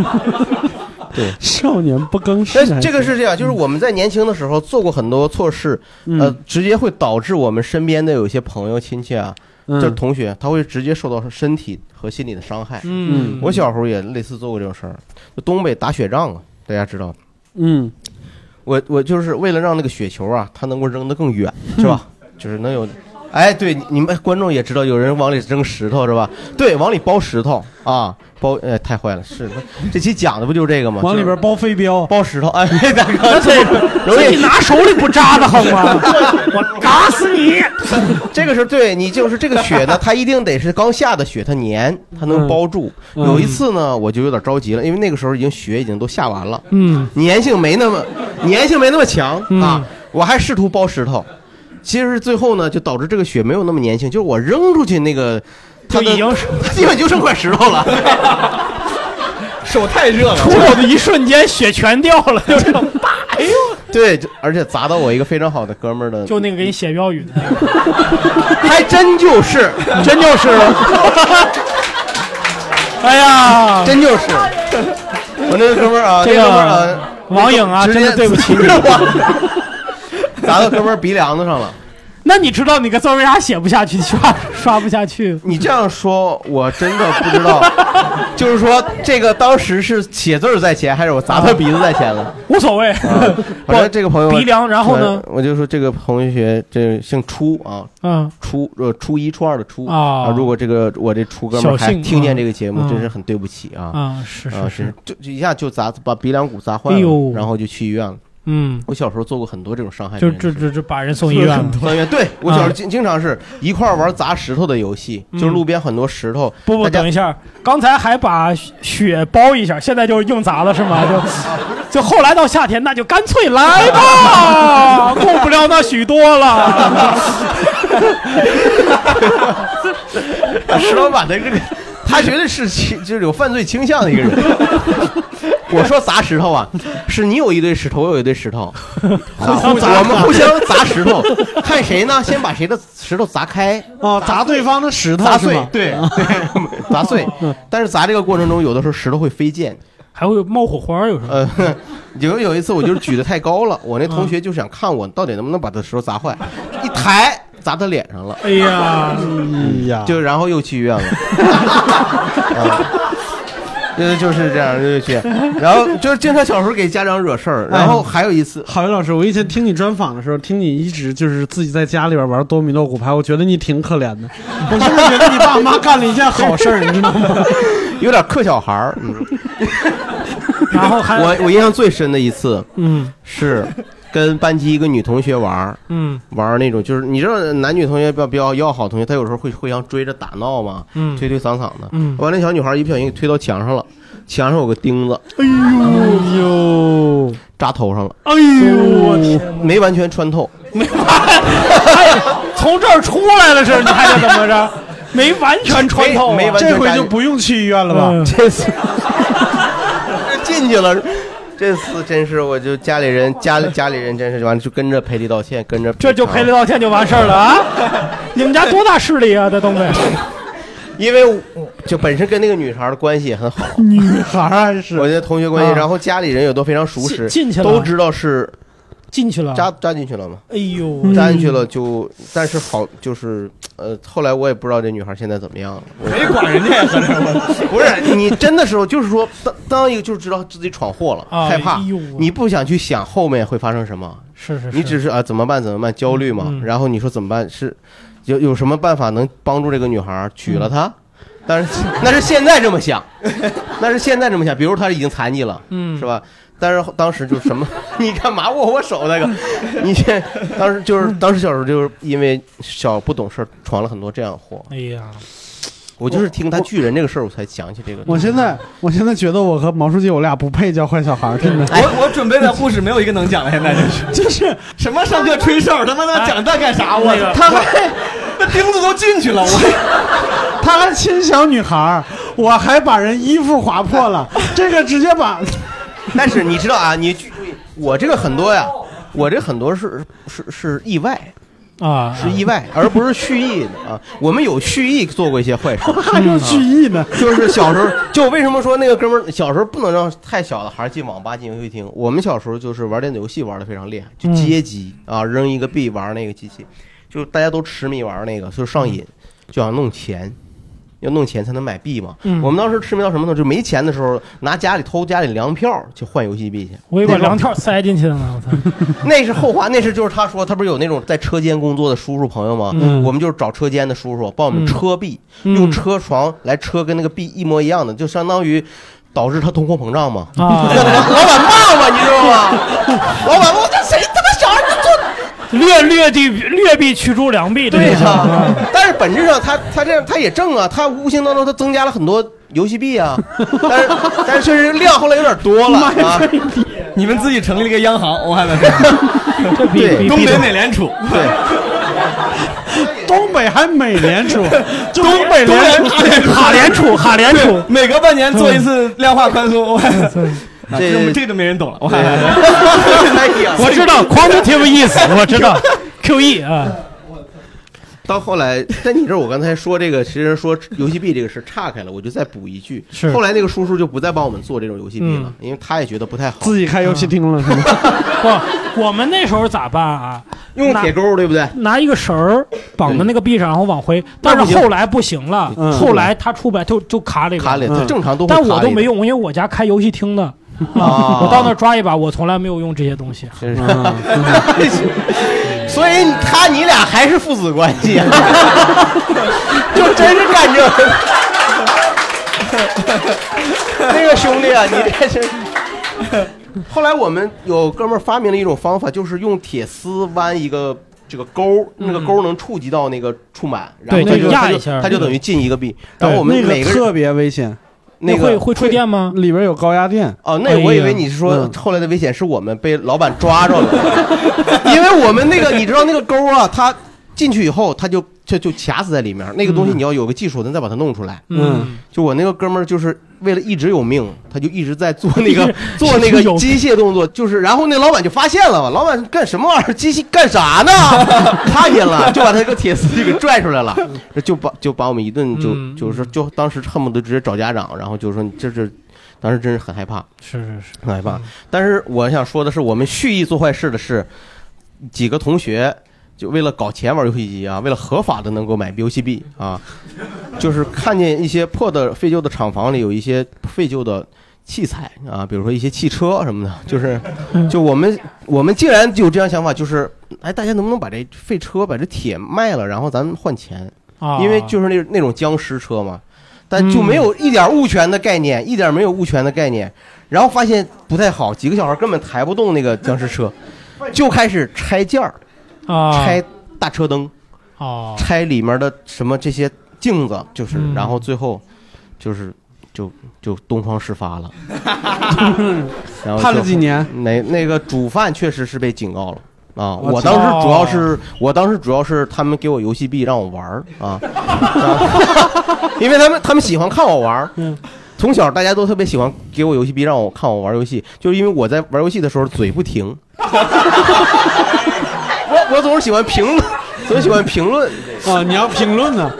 S2: 少年不更事，
S4: 但哎这个是这样，就是我们在年轻的时候做过很多错事，呃
S2: 嗯，
S4: 直接会导致我们身边的有一些朋友、亲戚啊，就是
S2: 嗯
S4: 同学，他会直接受到身体和心理的伤害。
S3: 嗯
S4: 我小时候也类似做过这种事儿，就东北打雪仗啊，大家知道，
S2: 嗯
S4: 我我就是为了让那个雪球啊，它能够扔得更远，是吧？就是能有哎，对，你你们观众也知道，有人往里扔石头是吧？对，往里包石头啊，包呃太坏了，是这期讲的不就是这个吗？
S2: 往里边包飞镖，
S4: 包石头， 哎，大
S2: 那
S4: 哥，
S2: 怎
S4: 这
S2: 么
S4: 个 容易
S2: 你拿手里不扎的好吗？我打 死你！
S4: 这个是对你就是这个雪呢，它一定得是刚下的雪，它粘，它能包住。
S2: 嗯
S4: 有一次呢，我就有点着急了，因为那个时候已经雪已经都下完了，
S2: 嗯
S4: 粘性没那么粘性没那么强啊
S2: 嗯，
S4: 我还试图包石头，其实最后呢，就导致这个雪没有那么粘性，就是我扔出去那个，它
S3: 就
S4: 的
S3: 已经是
S4: 它基本 就剩块石头了。
S5: 手太热了
S3: 出，手的一瞬间血全掉了，就是啪，哎呦，
S4: 对，就而且砸到我一个非常好的哥们儿的，
S3: 就那个给你写标语的，
S4: 还真 就是，真就是，
S3: 哎呀，
S4: 真就是。我那个哥们儿啊，
S3: 这
S4: 那哥们儿
S3: 个
S4: 啊，
S3: 网影啊，
S4: 直
S3: 真
S4: 接
S3: 的对不 起你。
S4: 砸到哥们儿鼻梁子上了。
S3: 那你知道你个字儿为啥写不下去，刷刷不下去？
S4: 你这样说，我真的不知道， 就是说这个当时是写字儿在前，还是我砸他鼻子在前了？
S3: 无所谓，
S4: 啊反正这个朋友呃
S3: 鼻梁。然后呢？
S4: 我，我就说这个同学这姓初啊，
S3: 嗯，
S4: 初呃初一初二的初
S3: 啊
S4: 如果这个我这初哥们儿
S3: 小
S4: 还
S3: 幸
S4: 听见这个节目，
S3: 嗯
S4: 真是很对不起啊
S3: 啊，是
S4: 啊
S3: 是
S4: 是
S3: 是，
S4: 就就一下就砸把鼻梁骨砸坏
S3: 哎
S4: 了
S3: 呦，
S4: 然后就去医院了。
S3: 嗯，
S4: 我小时候做过很多这种伤害别
S3: 就
S4: 人的事
S3: 这
S4: 情，
S3: 这这把人送医院了。嗯
S4: 三元，对我小时候
S3: 啊
S4: 经经常是一块儿玩砸石头的游戏，
S3: 嗯
S4: 就是路边很多石头，
S3: 不不，
S4: 大家
S3: 等一下，刚才还把雪包一下，现在就是硬砸了 是吗？就就后来到夏天，那就干脆来 吧，顾不了那许多了。
S4: 石老板的这个，他绝对是倾就是有犯罪倾向的一个人。我说砸石头啊，是你有一堆石头，我有一堆石头，互
S3: 相砸
S4: 我们互相砸石头，看谁呢？先把谁的石头砸开，
S2: 哦，砸对方的石头
S4: 砸
S2: 是
S4: 碎
S2: 吗，
S4: 对
S5: 啊
S4: 对， 砸碎。但是砸这个过程中，有的时候石头会飞溅，
S3: 嗯还会冒火花，有时候。嗯
S4: 呃，有有一次我就是举得太高了，我那同学就想看我到底能不能把他石头砸坏，一抬砸他脸上了，
S3: 哎呀，
S2: 哎呀，
S4: 就然后又去医院了。 啊就就是这样，就去，然后就是经常小时候给家长惹事儿，然后还有一次，
S2: 哎郝云老师，我以前听你专访的时候，听你一直就是自己在家里边玩多米诺骨牌，我觉得你挺可 怜的。我
S3: 哎
S2: 现在觉得你爸妈干了一件好事儿，你知道吗？
S4: 有点克小孩儿。嗯，
S3: 然后还
S4: 我我印象最深的一次
S3: 嗯
S4: 是跟班级一个女同学玩儿
S3: 嗯
S4: 玩儿那种，就是你知道男女同学比较比较要好同学，他有时候会互相追着打闹嘛，
S3: 嗯
S4: 推推搡搡的。
S3: 嗯，
S4: 完了，那小女孩一不小心给推到墙上了，墙上有个钉子
S2: 哎呦，
S4: 扎头上了，
S3: 哎呦我天，哎
S4: 没完全穿 透。
S3: 从这儿出来了是？你还想怎么着？没完全穿透啊，
S4: 没没完全
S2: 这回就不用去医院了吧？
S3: 嗯
S4: 这次进去了，这次真是我就家里人家里家里人真是完了就跟着赔礼道歉，跟着
S3: 这就赔礼
S4: 偿，
S3: 道歉就完事儿 了啊！你们家多大势力啊，在东北？
S4: 因为我就本身跟那个女孩的关系也很好，
S2: 女孩还
S4: 我
S2: 是
S4: 觉得同学关系，
S3: 啊
S4: 然后家里人也都非常熟识，
S3: 进进去了
S4: 都知道是
S3: 进去了，
S4: 扎扎进去了嘛，
S3: 哎呦，
S4: 扎进去 了就，但是好就是呃，后来我也不知道这女孩现在怎么样了，我
S5: 没管人家，合着我
S4: 不是你真的时候，就是说当当一个就知道自己闯祸了，
S3: 啊
S4: 害怕
S3: 哎呦，
S4: 你不想去想后面会发生什么，
S3: 是是是，
S4: 你只是啊怎么办怎么办焦虑嘛，
S3: 嗯
S4: 然后你说怎么办是有有什么办法能帮助这个女孩儿
S3: 嗯
S4: 娶了她？但是 那是现在这么想， 那是现在这么想，比如她已经残疾了，
S3: 嗯
S4: 是吧？但是当时就什么， 你干嘛握我手那个？你这当时就是当时小时候就是因为小不懂事儿闯了很多这样的祸。
S3: 哎呀，
S4: 我就是听他巨人这个事儿，我才想起这个。
S2: 我现在我现在觉得我和毛书记我俩不配叫坏小孩儿，真的。
S3: 哎
S5: 我我准备的故事没有一个能讲的，现在就是
S2: 就是
S5: 什么上课吹哨，他妈的讲这干啥？我
S3: 那个
S5: 他还那钉子都进去了，我
S2: 他还亲小女孩儿，我还把人衣服划破了，这个直接把
S4: 但是你知道啊，你我这个很多呀，我这很多是是是意外，
S3: 啊，
S4: 是意外，而不是蓄意的啊。我们有蓄意做过一些坏事，
S2: 还有蓄意呢。
S4: 嗯就是小时候，就为什么说那个哥们儿小时候不能让太小的孩儿进网吧、进游戏厅。我们小时候就是玩电子游戏玩的非常厉害，
S3: 嗯
S4: 就街机啊，扔一个币
S3: 嗯
S4: 玩那个机器，就大家都痴迷玩那个，就上瘾，就想弄钱。要弄钱才能买币嘛。
S3: 嗯
S4: 我们当时痴迷到什么呢？就没钱的时候，拿家里偷家里粮票去换游戏币去。
S3: 我以为把
S4: 那时候
S3: 粮票塞进去了呢，我操！
S4: 那是后话，那是就是他说他不是有那种在车间工作的叔叔朋友吗？
S3: 嗯
S4: 我们就是找车间的叔叔帮我们车币，
S3: 嗯
S4: 用车床来车跟那个币一模一样的，就相当于导致他通货膨胀嘛。
S3: 啊，
S4: 老板骂我，你知道吗？老板骂我，这谁他妈小孩子做？
S3: 劣劣地劣币驱逐良币，
S4: 对
S3: 这
S4: 呀、
S3: 个啊，
S4: 但是本质上他他这样他也挣啊，他无形当中他增加了很多游戏币啊，但是但是确实量后来有点 多了啊。
S5: 你们自己成立了一个央行，我还 没看。
S3: 这比
S4: 对
S3: 比
S5: 东
S3: 比
S5: 北美联储，啊
S4: 对，
S2: 东北还美联储，
S5: 东北联储，
S3: 哈联储哈联储
S5: 对，
S3: 嗯
S5: 每隔半年做一次量化宽松。我还啊
S4: 这
S5: 这这都没人懂了， 我还
S4: 哎呀，
S3: 我知道 quantitative ease，我知 道 QE 啊，
S4: 到后来，在你这儿，我刚才说这个，其实说游戏币这个事岔开了，我就再补一句。
S3: 是嗯
S4: 后来那个叔叔就不再帮我们做这种游戏币了，因为他也觉得不太好。
S2: 自己开游戏厅了是吗？
S3: 不，我们那时候咋办啊？
S4: 用铁钩，对不对？
S3: 拿一个绳儿绑在那个币上，然后往回。
S4: 那
S3: 但
S4: 不
S3: 是
S4: 行
S3: 后来不行了，
S2: 嗯
S3: 后来他出不来，就就卡里了
S4: 卡里，他
S2: 嗯
S4: 正常都会
S3: 但
S4: 卡里的。
S3: 我都没用，因为我家开游戏 厅的，
S4: 啊！
S3: 我到那儿抓一把，我从来没有用这些东西。啊嗯
S4: 真是， 所以哎他你俩还是父子关系，就真是干这个。那个兄弟啊，你这是。后来我们有哥们儿发明了一种方法，就是用铁丝弯一个这个钩儿，那个钩儿能触及到那个触板，然后
S3: 对
S4: 他就
S3: 那
S4: 他
S3: 个压
S4: 就
S3: 一下
S4: 他就等于进一个币。然后我们
S2: 那
S4: 每
S2: 个
S4: 个人
S2: 特别危险，
S4: 那
S3: 会
S4: 个
S3: 会触电吗？
S2: 里边有高压电。
S4: 哦，那我以为你是
S2: 哎
S4: 说
S2: 呀嗯
S4: 后来的危险是我们被老板抓着了， 因为我们那个你知道那个钩啊，它进去以后它就就就卡死在里面，那个东西你要有个技术能再把它弄出来。
S2: 嗯，
S4: 就我那个哥们儿就是为了一直有命，他就一直在做那个做那
S3: 有
S4: 个机械动作，就是然后那老板就发现了嘛，老板干什么玩意儿？机械干啥呢？ 看见了就把他那个铁丝就给拽出来了，就把就把我们一顿就
S3: 嗯
S4: 就是就当时恨不得直接找家长，然后就说你这这，当时真是很害怕。
S3: 是是是，
S4: 很害怕。但是我想说的是，我们蓄意做坏事的是几个同学，就为了搞钱玩游戏机啊，为了合法的能够买游戏币啊，就是看见一些破的废旧的厂房里有一些废旧的。器材啊，比如说一些汽车什么的，就是，就我们我们竟然有这样想法，就是，哎，大家能不能把这废车把这铁卖了，然后咱们换钱？
S3: 啊，
S4: 因为就是那那种僵尸车嘛，但就没
S3: 嗯
S4: 有一点物权的概念，一点没有物权的概念，然后发现不太好，几个小孩根本抬不动那个僵尸车，就开始拆件儿，
S3: 啊
S4: 拆大车灯，
S3: 啊，
S4: 拆里面的什么这些镜子，就是
S3: 嗯，
S4: 然后最后就是就就东窗事 发了，然后
S2: 判了
S4: 就
S2: 几年？
S4: 那那个主犯确实是被警告了。啊！
S2: 我
S4: 我
S2: 操
S4: 当时主要是，我当时主要是他们给我游戏币让我玩儿啊，因为他们他们喜欢看我玩儿
S3: 嗯。
S4: 从小大家都特别喜欢给我游戏币让我看我玩儿游戏，就是因为我在玩游戏的时候嘴不停， 我我总是喜欢评论，总喜欢评论
S2: 啊，你要评论呢？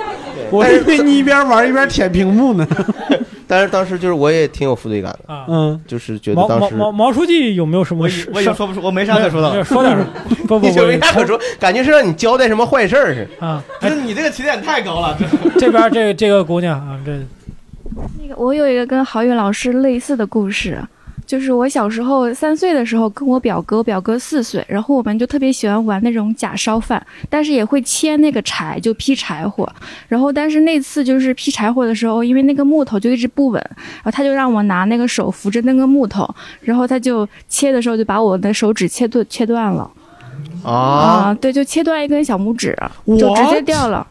S2: 我以为你一边玩一边舔屏幕呢。
S4: 但是当时就是我也挺有负罪感的，
S3: 啊
S2: 嗯，
S4: 就是觉得
S3: 毛
S4: 当
S3: 毛
S4: 时
S3: 毛毛书记有没有什么
S5: 我以
S3: 事？
S5: 我已经说不出，我没啥可说的了。
S3: 说 点儿，不不
S4: 你就没啥可
S3: 不
S4: 说，感觉是让你交代什么坏事儿似的。
S3: 啊！
S5: 不是你这个起点太高了，这
S3: 这边这这个姑娘啊，这
S10: 那个，我有一个跟郝宇老师类似的故事，就是我小时候三岁的时候，跟我表哥，我表哥四岁，然后我们就特别喜欢玩那种假烧饭，但是也会切那个柴，就劈柴火。然后，但是那次就是劈柴火的时候，因为那个木头就一直不稳，然后他就让我拿那个手扶着那个木头，然后他就切的时候就把我的手指切断切断了
S4: 啊
S10: 对，就切断一根小拇指，就直接掉了。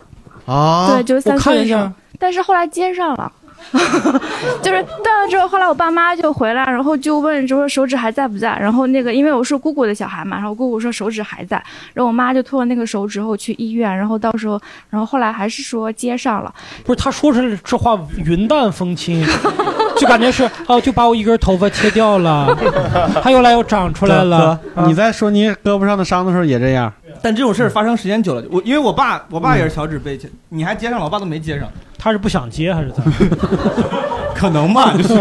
S4: 啊！
S10: 对，就是
S3: 我
S10: 三
S3: 看
S10: 岁的
S3: 一
S10: 时候
S3: 下。，
S10: 但是后来接上了， 就是断了之后，后来我爸妈就回来，然后就问，就说手指还在不在？然后那个因为我是姑姑的小孩嘛，然后姑姑说手指还在，然后我妈就拖着那个手指后去医院，然后到时候，然后后来还是说接上了，
S3: 不是他说是这话云淡风轻，就感觉是哦，就把我一根头发切 掉了，它又来又长出来了。嗯
S2: 哥，你在说你胳膊上的伤的时候也这样？
S5: 但这种事儿发生时间久了，我因为我爸，嗯我爸也是小指被切，你还接上了，我爸都没接上。
S3: 他是不想接还是咋？
S5: 可能 吧，就是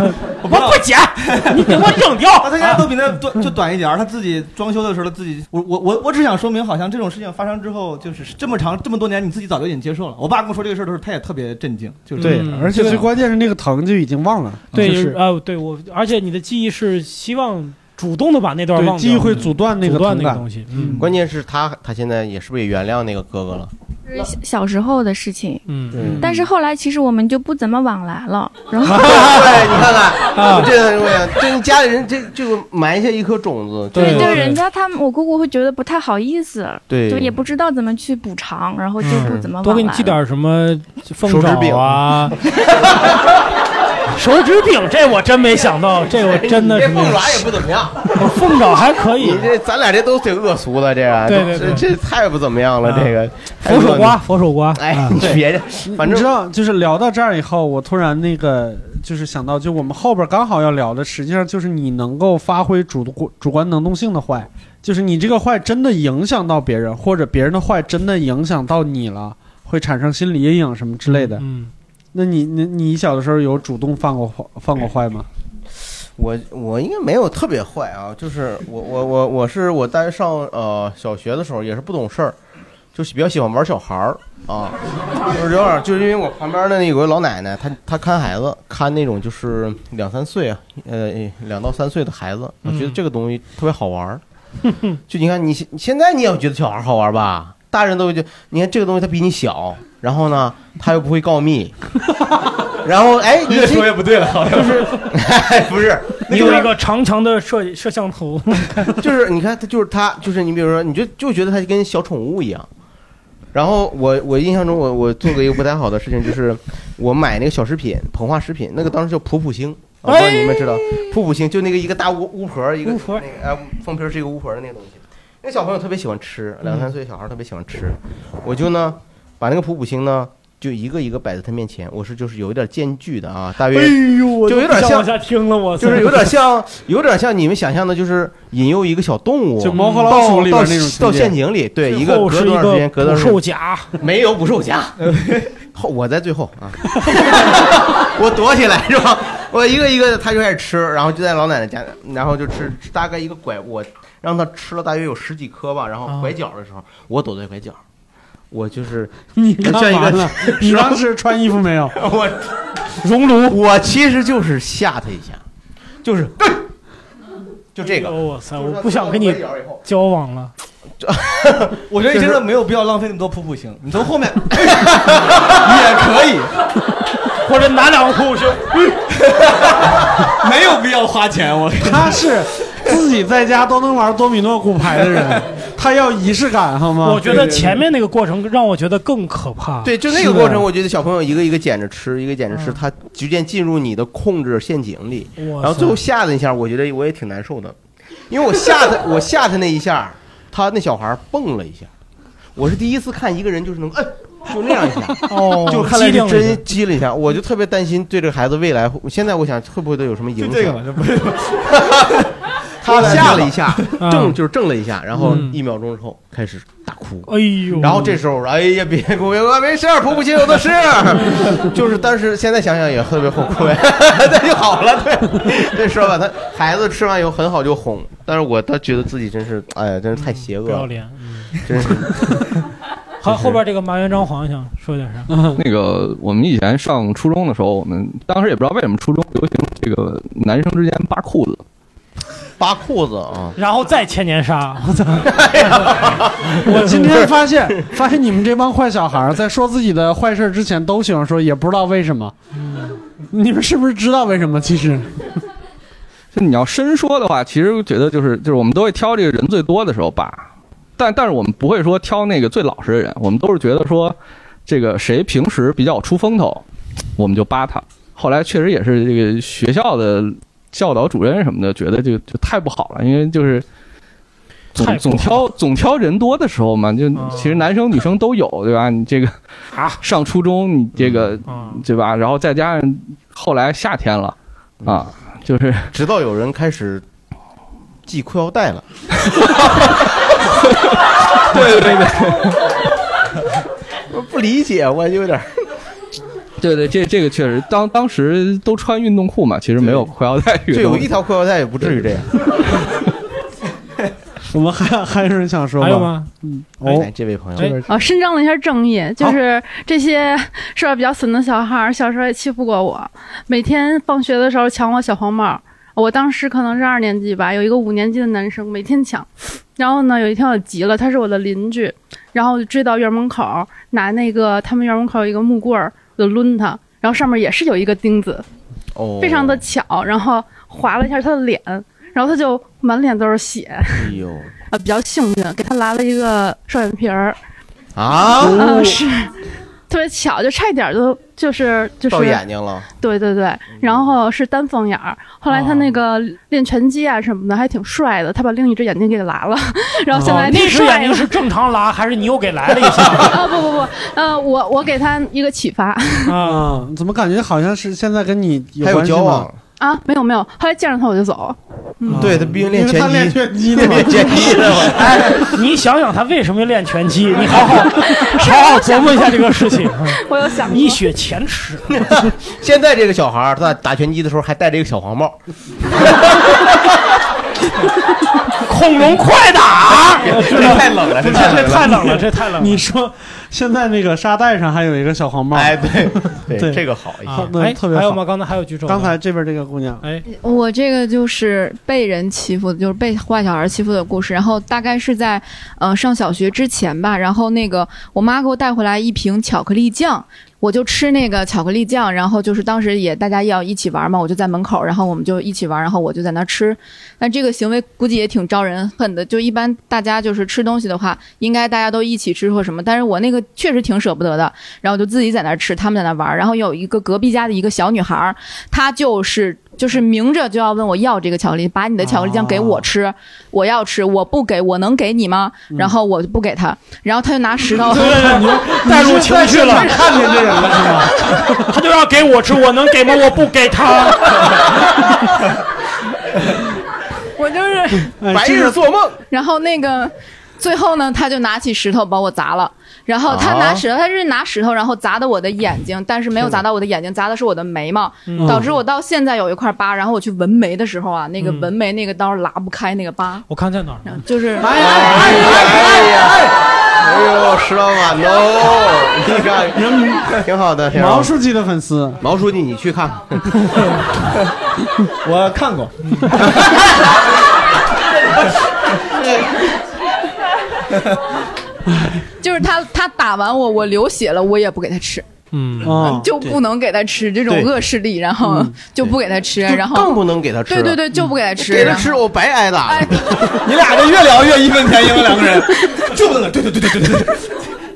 S5: 我不 啊
S3: 剪，你给我扔掉。
S5: 他家都比那短就短一点儿，他自己装修的时候他自己，我我我我只想说明，好像这种事情发生之后，就是这么长这么多年，你自己早就已经接受了。我爸跟我说这个事儿的时候，他也特别震惊，就是
S2: 嗯而且最关键是那个疼就已经忘了，
S3: 对，
S2: 就是
S3: 啊、对我，而且你的记忆是希望主动的把那段忘
S2: 对
S3: 掉，
S2: 记忆会阻断那个
S3: 阻断
S2: 疼
S3: 那个
S2: 感
S3: 东西。嗯，
S4: 关键是他他现在也是不是也原谅那个哥哥了？
S10: 就是小小时候的事情。
S3: 嗯
S4: 对
S10: 但是后来其实我们就不怎么往来了，然后
S4: 对，你看
S2: 啊
S4: 看，这个东西，这你家里人这就埋下一颗种子，
S10: 对，
S4: 就
S10: 就是人家他们，我姑姑会觉得不太好意思，
S4: 对
S10: 就也不知道怎么去补偿，然后就不嗯怎么往来了
S3: 多给你寄点什么凤 爪啊，手指饼，这我真没想到，这我真的是
S4: 这
S3: 没
S4: 凤
S3: 有
S4: 爪也不怎么样，
S3: 凤爪还可以
S4: 你，这咱俩这都挺恶俗的，这个，
S3: 对对对
S4: 这这太不怎么样了，
S3: 啊
S4: 这个
S3: 佛手瓜，，佛手瓜，
S4: 哎
S3: 啊，
S4: 你别这，反
S2: 你知
S4: 正
S2: 道，
S3: 嗯
S2: 就是聊到这儿以后，我突然那个就是想到，就我们后边刚好要聊的，实际上就是你能够发挥主观主观能动性的坏，就是你这个坏真的影响到别人，或者别人的坏真的影响到你了，会产生心理阴影什么之类的。
S3: 嗯，
S2: 那你你你小的时候有主动犯过坏犯过坏吗？
S4: 我我应该没有特别坏啊，就是我我我我是我大学上呃小学的时候也是不懂事儿，就是比较喜欢玩小孩儿啊，就是有点儿就是因为我旁边的那有个老奶奶，她她看孩子，看那种就是两三岁啊，呃两到三岁的孩子，我
S5: 嗯
S4: 觉得这个东西特别好玩儿。就你看你现现在你也觉得小孩儿好玩吧？大人都会觉得，你看这个东西它比你小，然后呢，他又不会告密， 然后哎，你
S5: 越
S4: 这
S5: 说越不对了，好像
S4: 就是，哎， 不是，
S3: 你有一个长长的摄摄像头，
S4: 就是你看他就是他就是你比如说你就就觉得他跟小宠物一样。然后我我印象中我我做过一个不太好的事情，就是我买那个小食品膨化食品，那个当时叫普普星，我不知道你们知道普普星就那个一个大乌乌婆儿一个
S3: 哎巫婆
S4: 那个哎封皮儿是一个乌婆儿的那个东西，那小朋友特别喜欢吃，两
S3: 嗯
S4: 三岁小孩儿特别喜欢吃，我就呢把那个普普星呢就一个一个摆在他面前，我是就是有一点间距的啊，大约
S3: 哎呦，我
S4: 就有点
S3: 不想
S4: 像
S3: 往下听了，我操
S4: 就是有点像，有点像你们想象的，就是引诱一个小动物，
S2: 就猫和
S4: 到
S2: 老鼠里边
S4: 嗯到
S2: 那种情节
S4: 到陷阱里，对，一
S3: 最
S4: 个
S3: 后
S4: 隔
S3: 是一
S4: 多长时
S3: 个
S4: 间，隔多
S3: 捕
S4: 长时
S3: 兽
S4: 间，
S3: 夹，
S4: 没有捕兽夹，后我在最后啊， 我躲起来是吧？我一个一个，他就开始吃，然后就在老奶奶家，然后就吃，吃大概一个拐，我让他吃了大约有十几颗吧，然
S2: 啊
S4: 后拐角的时候，我躲在拐角，我就是
S2: 你干
S4: 像一
S2: 嘛
S4: 个
S2: 呢？你当时穿衣服没有？
S4: 我
S2: 熔炉
S4: 我其实就是吓他一下，就是。就这
S3: 哎
S4: 个，
S3: 呦我操，我 不想 跟你
S4: 就是他到拐角以后
S3: 交往了，
S5: 我觉得你真的没有必要浪费那么多普普星，你从后 面也可以，
S3: 或者拿两个 裤胸，
S5: 没有必要花
S3: 哎
S5: 钱，我
S2: 他是 自己在家都能玩多米诺骨牌的 人，他要仪式感好吗？
S3: 我觉得前面那个过程让我觉得更可怕。
S4: 对，就那
S2: 是
S4: 个
S2: 的
S4: 过程，我觉得小朋友一个一个捡着吃，一个捡着吃，他逐渐进入你的控制陷阱里，
S3: 哇塞，
S4: 然后最后吓他一下，我觉得我也挺难受的，因为我吓他，我吓他那一下，他那小孩蹦了一下，我是第一次看一个人就是能哎摁、就那样一下，
S3: 哦，
S4: 就看来是
S3: 机灵了
S4: 真激了一下，我就特别担心对这个孩子未来会，现在我想会不会都有什么影
S5: 就这
S4: 响？
S5: 个嘛，这不是
S4: 他吓了一下，
S3: 嗯
S4: 正就是正了一下，然后
S3: 嗯
S4: 一秒钟之后开始大哭，
S3: 哎呦，
S4: 然后这时候我说：“哎呀，别哭，别哭，没事儿，普普心有的是。” 就是，但是现在想想也特别后悔， 那就好了。对， 这说吧，他孩子吃完以后很好就哄，但是我倒觉得自己真是，哎呀，真是太邪恶
S3: 嗯不要
S4: 了，
S3: 脸。
S4: 真是。
S3: 好，后边这个麻原彰晃想说点 啥？
S11: 那个我们以前上初中的时候，我们当时也不知道为什么初中流行这个男生之间扒裤子，
S4: 扒裤子啊，
S3: 然后再千年杀，我 操！
S2: 我今天发现，发现你们这帮坏小孩儿在说自己的坏事儿之前，都喜欢说，也不知道为什么。你们是不是知道为什么？其实，
S11: 就你要深说的话，其实觉得就是就是我们都会挑这个人最多的时候扒，但但是我们不会说挑那个最老实的人，我们都是觉得说这个谁平时比较出风头，我们就扒他。后来确实也是这个学校的教导主任什么的，觉得就就太不好了，因为就是。总
S3: 太不好
S11: 总挑总挑人多的时候嘛，就
S2: 哦
S3: 嗯
S11: 其实男生女生都有，对吧？你这个啊，上初中你这个
S2: 嗯哦
S3: 啊，
S11: 对吧？然后再加上后来夏天了
S2: 嗯
S11: 啊，就是
S4: 直到有人开始系裤腰带了， 对对对，我不理解，我就有点儿。
S11: 对对，这这个确实，当当时都穿运动裤嘛，其实没有裤腰带运动，
S4: 就有一条裤腰带也不至于这样。
S2: 我们还还 有人想说
S4: 还有
S3: 吗？
S2: 嗯，
S4: 哎
S2: 哦，
S4: 这位朋友，
S12: 哦，伸张了一下正义，就是这些事儿比较损的小孩儿，小时候也欺负过我，每天放学的时候抢我小黄帽。我当时可能是二年级吧，有一个五年级的男生每天抢，然后呢，有一天我急了，他是我的邻居，然后我就追到院门口，拿那个他们院门口有一个木棍儿，我就抡他，然后上面也是有一个钉子，
S4: 哦，
S12: 非常的巧，然后划了一下他的脸，然后他就满脸都是血，
S4: 哎呦
S12: 呃，比较幸运，给他拉了一个双眼皮儿，
S4: 啊，
S12: 嗯是特别巧，就差一点儿就就是就是
S4: 到眼睛了，
S12: 对对对，
S3: 嗯
S12: 然后是单凤眼儿。后来他
S3: 哦
S12: 那个练拳击啊什么的，还挺帅的。他把另一只眼睛给拉了，然后现在还
S3: 哦
S12: 挺
S3: 那只眼
S12: 帅
S3: 睛
S12: 的。
S3: 是正常拉，还是你又给来了一下？
S12: 啊不不不，呃，我我给他一个启发
S2: 啊，怎么感觉好像是现在跟你有
S4: 还有
S2: 关系
S4: 交
S2: 吗
S4: 往？
S12: 啊，没有没有。后来见着他我就走，
S4: 对他毕竟练
S2: 因为他
S4: 拳
S2: 练
S4: 击，
S2: 拳击呢，
S4: 练拳击的嘛，
S3: 哎，你想想他为什么练拳击？你好好好好琢磨一下这个事情。
S12: 我有想过
S3: 一雪前耻，
S4: 现在这个小孩儿，他打拳击的时候还戴着一个小黄帽，
S3: 恐龙 快打！啊
S4: 这太冷了，这太冷
S3: 这
S4: 了，
S3: 太冷了，这太冷了。
S2: 你说现在那个沙袋上还有一个小黄帽，
S4: 哎，对
S2: 对
S4: 对，这个好一
S3: 啊
S4: 些。
S2: 那
S3: 哎，
S2: 特别
S3: 还有
S2: 好
S3: 吗？刚才还有举手的。
S2: 刚才这边这个姑娘，
S3: 哎，
S13: 我这个就是被人欺负的，就是被坏小孩欺负的故事。然后大概是在呃上小学之前吧。然后那个我妈给我带回来一瓶巧克力酱，我就吃那个巧克力酱。然后就是当时也大家要一起玩嘛，我就在门口，然后我们就一起玩，然后我就在那吃。但这个行为估计也挺招人恨的。就一般大家就是吃东西的话，应该大家都一起吃或什么。但是我那个确实挺舍不得的，然后就自己在那吃，他们在那玩。然后有一个隔壁家的一个小女孩儿，她就是就是明着就要问我要这个巧克力，把你的巧克力酱给我吃，我要吃，我不给我能给你吗？然后我就不给她，然后她就拿石头。
S3: 带入情绪了，
S2: 看见这人了是吗？
S3: 他就要给我吃，我能给吗？我不给他。
S13: 我就是，
S2: 哎
S4: 白
S2: 这
S4: 日
S2: 个
S4: 做梦，
S13: 然后那个最后呢，他就拿起石头把我砸了。然后他拿石头，他是拿石头，然后砸的我的眼睛，但是没有砸到我的眼睛，砸的是我的眉毛，
S3: 嗯
S13: 导致我到现在有一块疤。然后我去纹眉的时候啊，那个纹眉那个刀拉不开那个疤，
S3: 我看在哪儿呢？
S13: 就是
S4: 哎呀，哎呦，石老板，no，你看，挺好的，挺好
S2: 毛
S4: 的。
S2: 书记的粉丝，
S4: 毛书记，你去看看，
S5: 我看过，
S13: 就是他他打完我，我流血了，我也不给他吃，
S3: 嗯，
S2: 啊，
S13: 就不能给他吃这种
S4: 对嗯
S13: 恶势力，然后就不给他吃，然
S4: 就更
S13: 后
S4: 不能给他吃
S13: 对
S4: 了，嗯
S13: 对对，就不给他吃，
S4: 给他
S13: 然后
S4: 吃我白挨打了。
S13: 哎，
S5: 你俩这越聊越义愤填膺了，两个人就不能对对对对对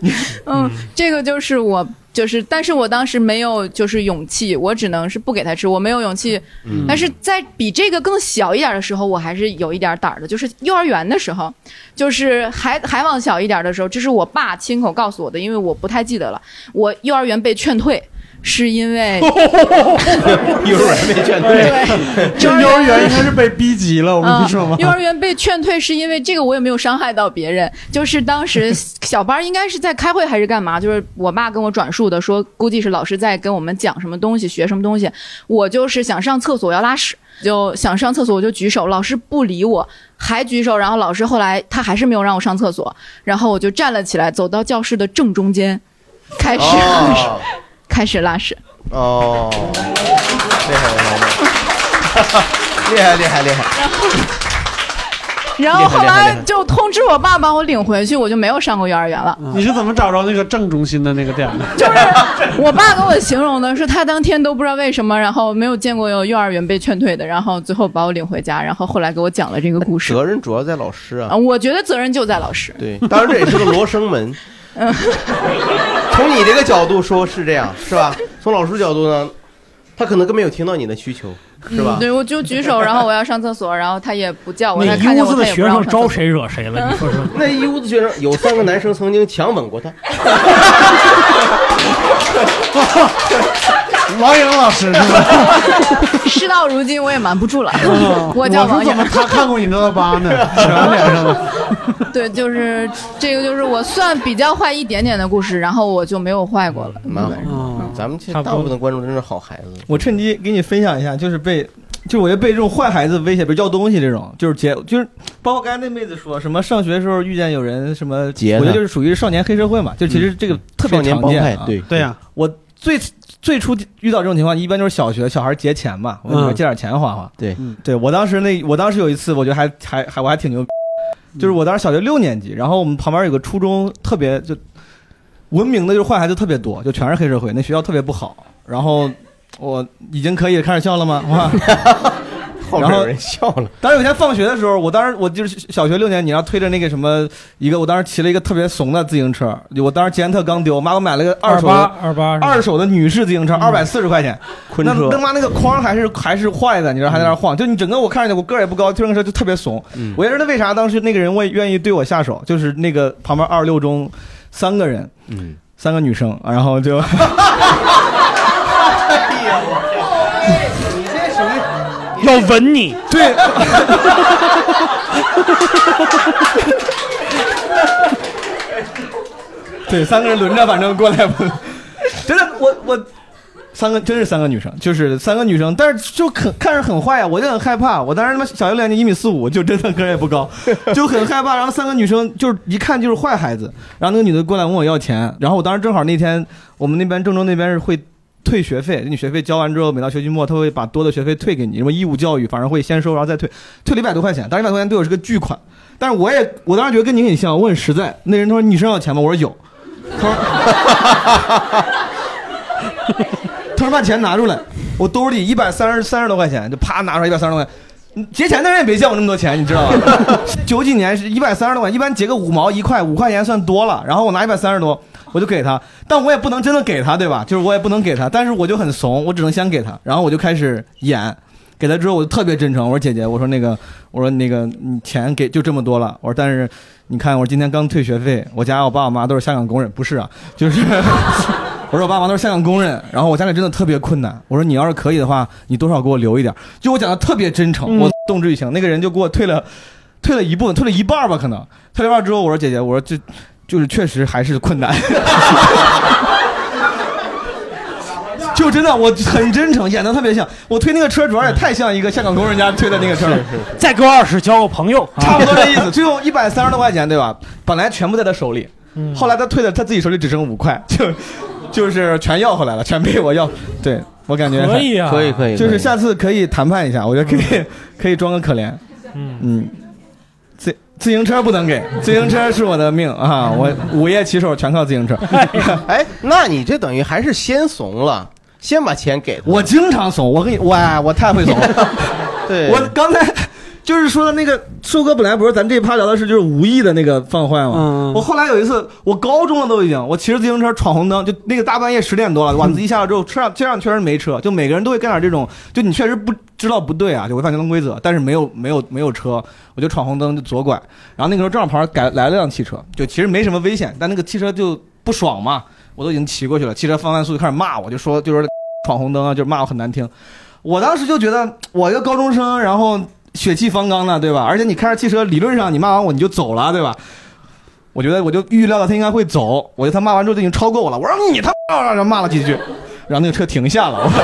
S5: 对，
S13: 嗯，这个就是我，就是，但是我当时没有就是勇气，我只能是不给他吃，我没有勇气。但是在比这个更小一点的时候，我还是有一点胆儿的，就是幼儿园的时候，就是还还往小一点的时候，这是我爸亲口告诉我的，因为我不太记得了。我幼儿园被劝退，是因为
S4: 一会儿 还没劝退，
S13: 对
S2: 这幼儿园应该是被逼急了，我跟
S13: 嗯，
S2: 你说吧。
S13: 幼儿园被劝退是因为这个，我也没有伤害到别人。就是当时 小班儿应该是在开会还是干嘛？就是我爸跟我转述的，说估计是老师在跟我们讲什么东西，学什么东西。我就是想上厕所，我要拉屎，就想上厕所，我就举手，老师不理我，还举手，然后老师后来他还是没有让我上厕所，然后我就站了起来，走到教室的正中间，开始、
S4: 哦
S13: 开始拉屎。
S4: 哦，厉害厉害厉害，厉害厉害厉害。
S13: 然后后
S4: 厉害厉害
S13: 来
S4: 厉害
S13: 就通知我爸把我领回去，我就没有上过幼儿园了。
S2: 你是怎么找着那个正中心的那个点的？
S13: 就是 我爸跟我形容的是，他当天都不知道为什么，然后没有见过有幼儿园被劝退的，然后最后把我领回家，然后后来给我讲了这个故事。
S4: 责任主要在老师啊
S13: 啊，。我觉得责任就在老师。
S4: 对，当然这也是个罗生门。
S13: 嗯
S4: 从你这个角度说是这样，是吧？从老师角度呢，他可能根本没有听到你的需求，是吧
S13: 嗯，？对，我就举手，然后我要上厕所，然后他也不叫我，
S3: 那
S13: 他
S3: 一
S13: 看见
S3: 屋
S13: 我
S3: 子的
S13: 他也不嗯
S3: 学
S13: 让
S3: 生
S13: 我上厕
S3: 招
S13: 所。
S3: 谁惹谁了？你说说。
S4: 那一屋子学生 有三个男生曾经强吻过他，
S2: 王颖老师是吧？
S13: 事到如 今我也瞒不住了，
S3: 嗯
S2: 嗯我
S13: 叫
S2: 说
S13: 王
S2: 怎
S13: 艳
S2: 么。他看过你这个疤呢？全脸上了。
S13: 对，就是这个，就是我算比较坏一点点的故事，然后我就没有坏过了。嗯
S4: 蛮好。
S3: 嗯
S4: 咱们其实大部分的观众真是好孩子。
S5: 我趁机给你分享一下，就是被，就是我觉得被这种坏孩子威胁，比如要东西这种，就是劫，就是包括刚才那妹子说什么上学的时候遇见有人什么
S4: 劫的嗯
S5: 我觉得就是属于少年黑社会嘛，就其实这个特别
S4: 少年
S5: 常
S4: 帮
S5: 见
S4: 派
S5: 啊。
S4: 对
S2: 对呀，
S5: 我最最初遇到这种情况，一般就是小学小孩劫钱嘛，我就说
S4: 嗯
S5: 借点钱花花。
S4: 对，
S3: 嗯
S5: 对我当时那我当时有一次，我觉得还还还我还挺牛逼，
S4: 嗯
S5: 就是我当时小学六年级，然后我们旁边有个初中，特别就文明的就是坏孩子特别多，就全是黑社会，那学校特别不好。然后我已经可以开始笑了吗？哇！
S4: 后面有人笑了。
S5: 当时有一天放学的时候，我当时我就是小学六年级，然后推着那个什么一个，我当时骑了一个特别怂的自行车，我当时捷安特刚丢，我妈给我买了个二手的
S3: 二八二嗯八是吧
S5: 二手的女士自行车，二百四十块钱，
S4: 昆
S5: 那
S4: 车
S5: 他妈那个筐还是还是坏的，你知道还在那儿晃，就你整个我看着我个儿也不高，推着个车就特别怂。
S4: 嗯
S5: 我也知道为啥当时那个人会愿意对我下手，就是那个旁边二六中三个人，
S4: 嗯，
S5: 三个女生，然后就
S4: 你这属于
S2: 要吻你，
S5: 对， 对三个人轮着，反正过来问，真的我我。三个真是三个女生，就是三个女生，但是就很看着很坏呀、我就很害怕。我当时他妈小学两年级一米四五，就真的个儿也不高，就很害怕。然后三个女生就是一看就是坏孩子，然后那个女的过来问我要钱，然后我当时正好那天我们那边郑州那边是会退学费，你学费交完之后，每到学期末他会把多的学费退给你，什么义务教育反正会先收，然后再退，退了一百多块钱，但是一百多块钱对我是个巨款。但是我也我当时觉得跟您很像，我很实在。那人他说你身上有钱吗？我说有。他说把钱拿出来，我兜里一百三十三十多块钱，就啪拿出来一百三十多块钱。嗯劫钱的人也没见过那么多钱，你知道吧？ 九几年是一百三十多块，一般劫个五毛一块五块钱算多了。然后我拿一百三十多，我就给他，但我也不能真的给他，对吧？就是我也不能给他，但是我就很怂，我只能先给他，然后我就开始演。给他之后，我就特别真诚，我说姐姐，我说那个，我说那个，你钱给就这么多了，我说但是你看，我说今天刚退学费，我家我爸我妈都是香港工人，不是啊，就是。 我说我爸妈都是香港工人，然后我家里真的特别困难。我说你要是可以的话，你多少给我留一点儿。就我讲的特别真诚，我动之以情。那个人就给我退了，退了一部分，退了一半儿吧，可能退了一半儿之后，我说姐姐，我说这就是确实还是困难。就真的，我很真诚，演的特别像。我推那个车，主要也太像一个香港工人家推的那个车了。
S3: 再给我二十，交个朋友，
S5: 差不多这意思。 最后一百三十多块钱，对吧？本来全部在他手里，
S3: 嗯
S5: 后来他退了，他自己手里只剩五块， 就就是全要回来了，全被我要。对我感觉
S3: 可以啊嗯可以可以
S5: 就
S3: 可
S5: 是
S3: 以
S5: 下次可以谈判一下，我觉得可以 可以装个可怜。
S3: 嗯
S5: 嗯，自自行车不能给，自行车是我的命啊！我午夜骑手全靠自行车。
S4: 哎，那你这等于还是先怂了，先把 钱给他。
S5: 我经常怂，我跟你，哇，我太会怂了。
S4: 对，
S5: 我刚才 就是说的那个寿哥，本来不是咱这一趴聊的是就是无意的那个放坏嘛。我后来有一次，我高中了都已经，我骑着自行车闯红灯，就那个大半夜十点多了，晚自习下了之后，车上街上确实没车，就每个人都会干点这种，就你确实不知道不对啊，就违反交通规则，但是没有没有没有车，我就闯红灯就左拐，然后那个时候正好旁边改来了辆汽车，就其实没什么危险，但那个汽车就不爽嘛，我都已经骑过去了，汽车放慢速度开始骂我，就说就是闯红灯啊，就是骂我很难听。我当时就觉得，我一个高中生，然后血气方刚的，对吧？而且你开着汽车，理论上你骂完我你就走了，对吧？我觉得我就预料到他应该会走，我就他骂完之后就已经超够了，我说你他妈，然后骂了几句，然后那个车停下了。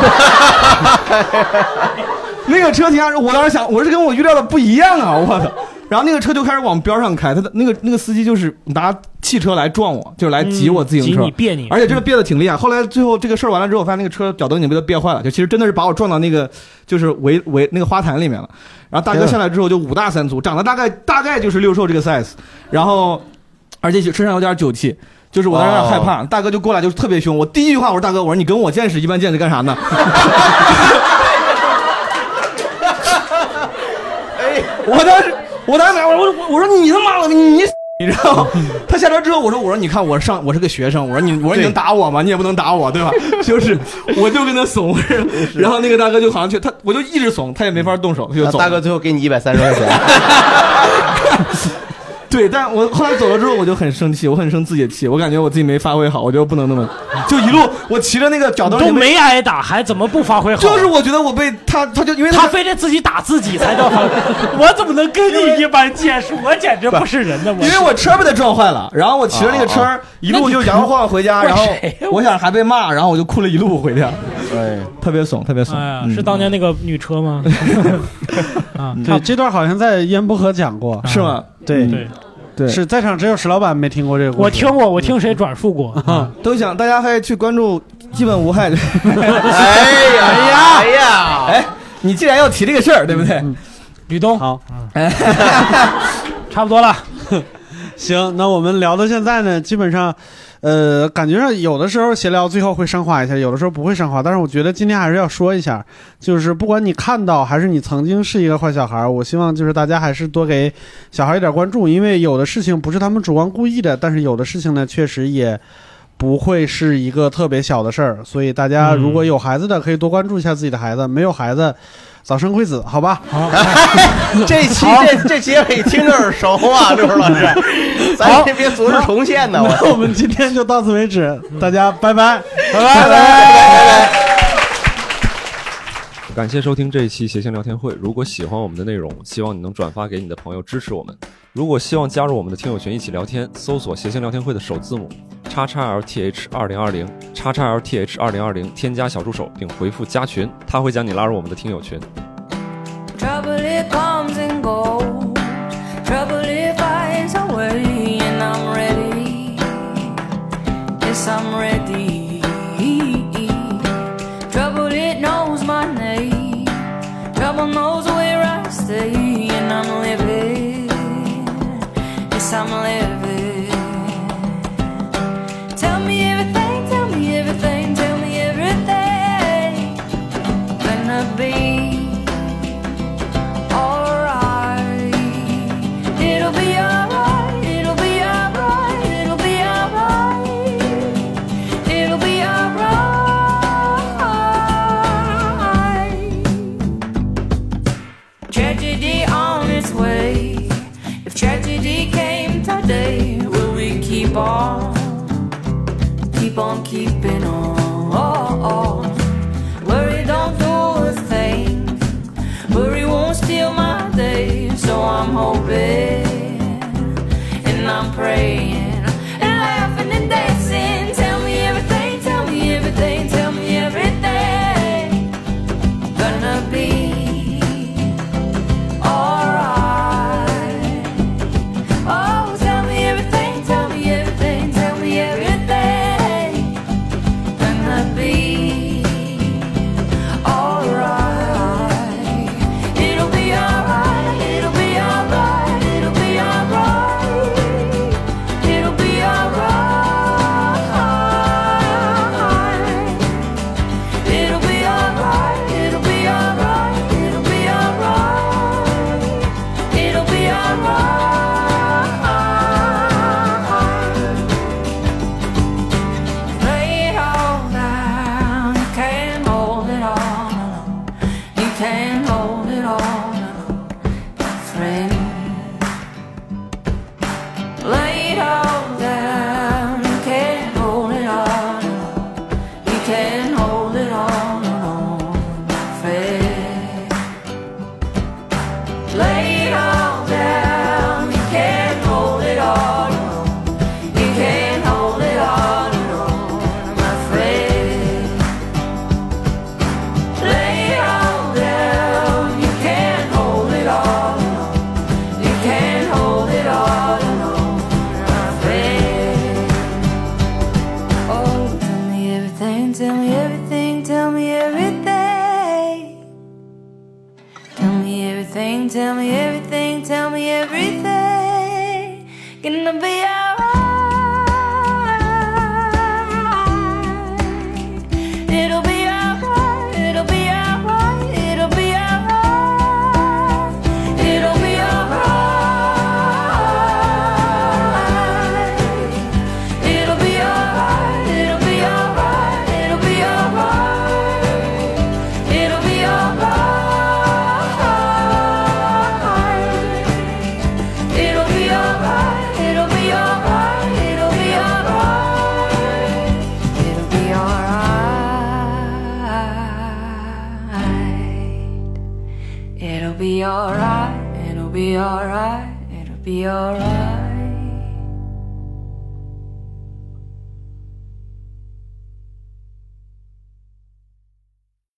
S5: 那个车停下，我当时想，我是跟我预料的不一样啊，我操！然后那个车就开始往边上开，他的那个那个司机就是拿汽车来撞我，就是来挤我自行车，
S3: 嗯挤你别你
S5: 而且这个别的挺厉害。后来最后这个事儿完了之后，我发现那个车脚蹬已经被他别坏了，就其实真的是把我撞到那个就是围围那个花坛里面了。然后大哥下来之后就五大三粗，长得大概大概就是六兽这个 size，然后而且身上有点酒气。就是我当时有点害怕，大哥就过来，就是特别凶。我第一句话我说：“大哥，我说你跟我见识一般见识干啥呢？” 我当时，我当时拿我说我我说你他妈的你， 你知道吗？他下车之后，我说我说你看我上我是个学生，我说你我说你能打我吗？你也不能打我，对吧？ 就是我就跟他怂，然后那个大哥就好像去他，我就一直怂，他也没法动手，他就
S4: 啊
S5: 走。
S4: 大哥最后给你一百三十块钱。
S5: 对，但我后来走了之后，我就很生气，我 很生自己的气，我感觉我自己没发挥好，我就不能那么，就一路我骑着那个脚蹬
S3: 都没挨打，还怎么不发挥好？
S5: 就是我觉得我被他，他就因为
S3: 他非得自己打自己才叫发挥，我怎么能跟你一般见识？我简直不是人呢！我
S5: 因为我车被他撞坏了，然后我骑着那个车
S3: 啊啊
S5: 一路就摇晃回家，
S3: 那你
S5: 然后
S3: 谁呀
S5: 我想还被骂，然后我就哭了一路回家，
S4: 对，
S5: 特别怂，特别怂
S3: 哎呀，，
S5: 嗯
S3: 是当年那个女车吗？ 啊，
S2: 对，这段好像在烟波河讲过，
S5: 是吗？嗯
S2: 对
S3: 对
S5: 对
S2: 是在场只有石老板没听过这个故事。
S3: 我听过，我听谁转述过？
S5: 啊，都想大家还去关注基本无害。
S3: 哎呀
S5: 哎呀哎呀！哎，你既然要提这个事儿，对不
S2: 嗯
S5: 对？
S3: 吕东，嗯
S2: 好，
S3: 差不多了。
S2: 行，那我们聊到现在呢，基本上，呃，感觉上有的时候闲聊最后会升华一下，有的时候不会升华。但是我觉得今天还是要说一下，就是不管你看到还是你曾经是一个坏小孩，我希望就是大家还是多给小孩一点关注，因为有的事情不是他们主观故意的，但是有的事情呢，确实也。不会是一个特别小的事儿，所以大家如
S3: 嗯
S2: 果有孩子的，可以多关注一下自己的孩子；没有孩子，早生贵子，好吧？好，
S4: 这期这这结尾听着耳熟 啊，刘老师， 咱这别昨日重现呢，
S2: 那我们今天就到此为止，大家拜拜，拜拜。
S1: 感谢收听这一期谐星聊天会。如果喜欢我们的内容，希望你能转发给你的朋友支持我们。如果希望加入我们的听友群一起聊天，搜索谐星聊天会的首字母叉叉 LTH 二零二零叉叉 LTH 二零二零，添加小助手并回复加群，他会将你拉入我们的听友群。
S14: Trouble it comes and goes. Trouble it finds a way, and I'm ready. Yes, I'm ready. Trouble it knows my name. Trouble knows where I stay, and I'm living. Yes, I'm living. Tell me everything, tell me everything, tell me everything. Gonna be. Alright, it'll be alright, it'll be alright, it'll be alright, it'll be alright. Tragedy on its way. If tragedy came today, will we keep on, keep on keeping on? Worry don't do a thing. Worry won't steal my day, so I'm hoping and I'm praying and laughing and dancing. Tell me everything, tell me everything, tell me everything. Gonna be alright. Oh, tell me everything, tell me everything, tell me everything. Gonna be alright. It'll be alright, it'll be alright, it'll be alright, it'll be alright, it'll be alright, it'll be alright, it'll be alright, it'll be alright. Lay it all down, you can hold it all alone. You can hold it all alone, my friend. Lay it all down. You can hold it all alone. You can hold it all alone, my friend. Lay it all down. You can hold it all alone. You can hold it all alone, my friend. Lay it all down. You can't hold it all alone. You can't hold it all alone. My friend. Oh, tell me everything. Tell me everything. Tell me everything. Tell me everything. Tell me everything. Tell me everything. Gonna be alright. It'll be alright, it'll be alright, it'll be alright, it'll be alright. It'll be alright, it'll be alright, it'll be alright, it'll be alright, it'll be alright. be alright, it'll be alright, it'll be alright.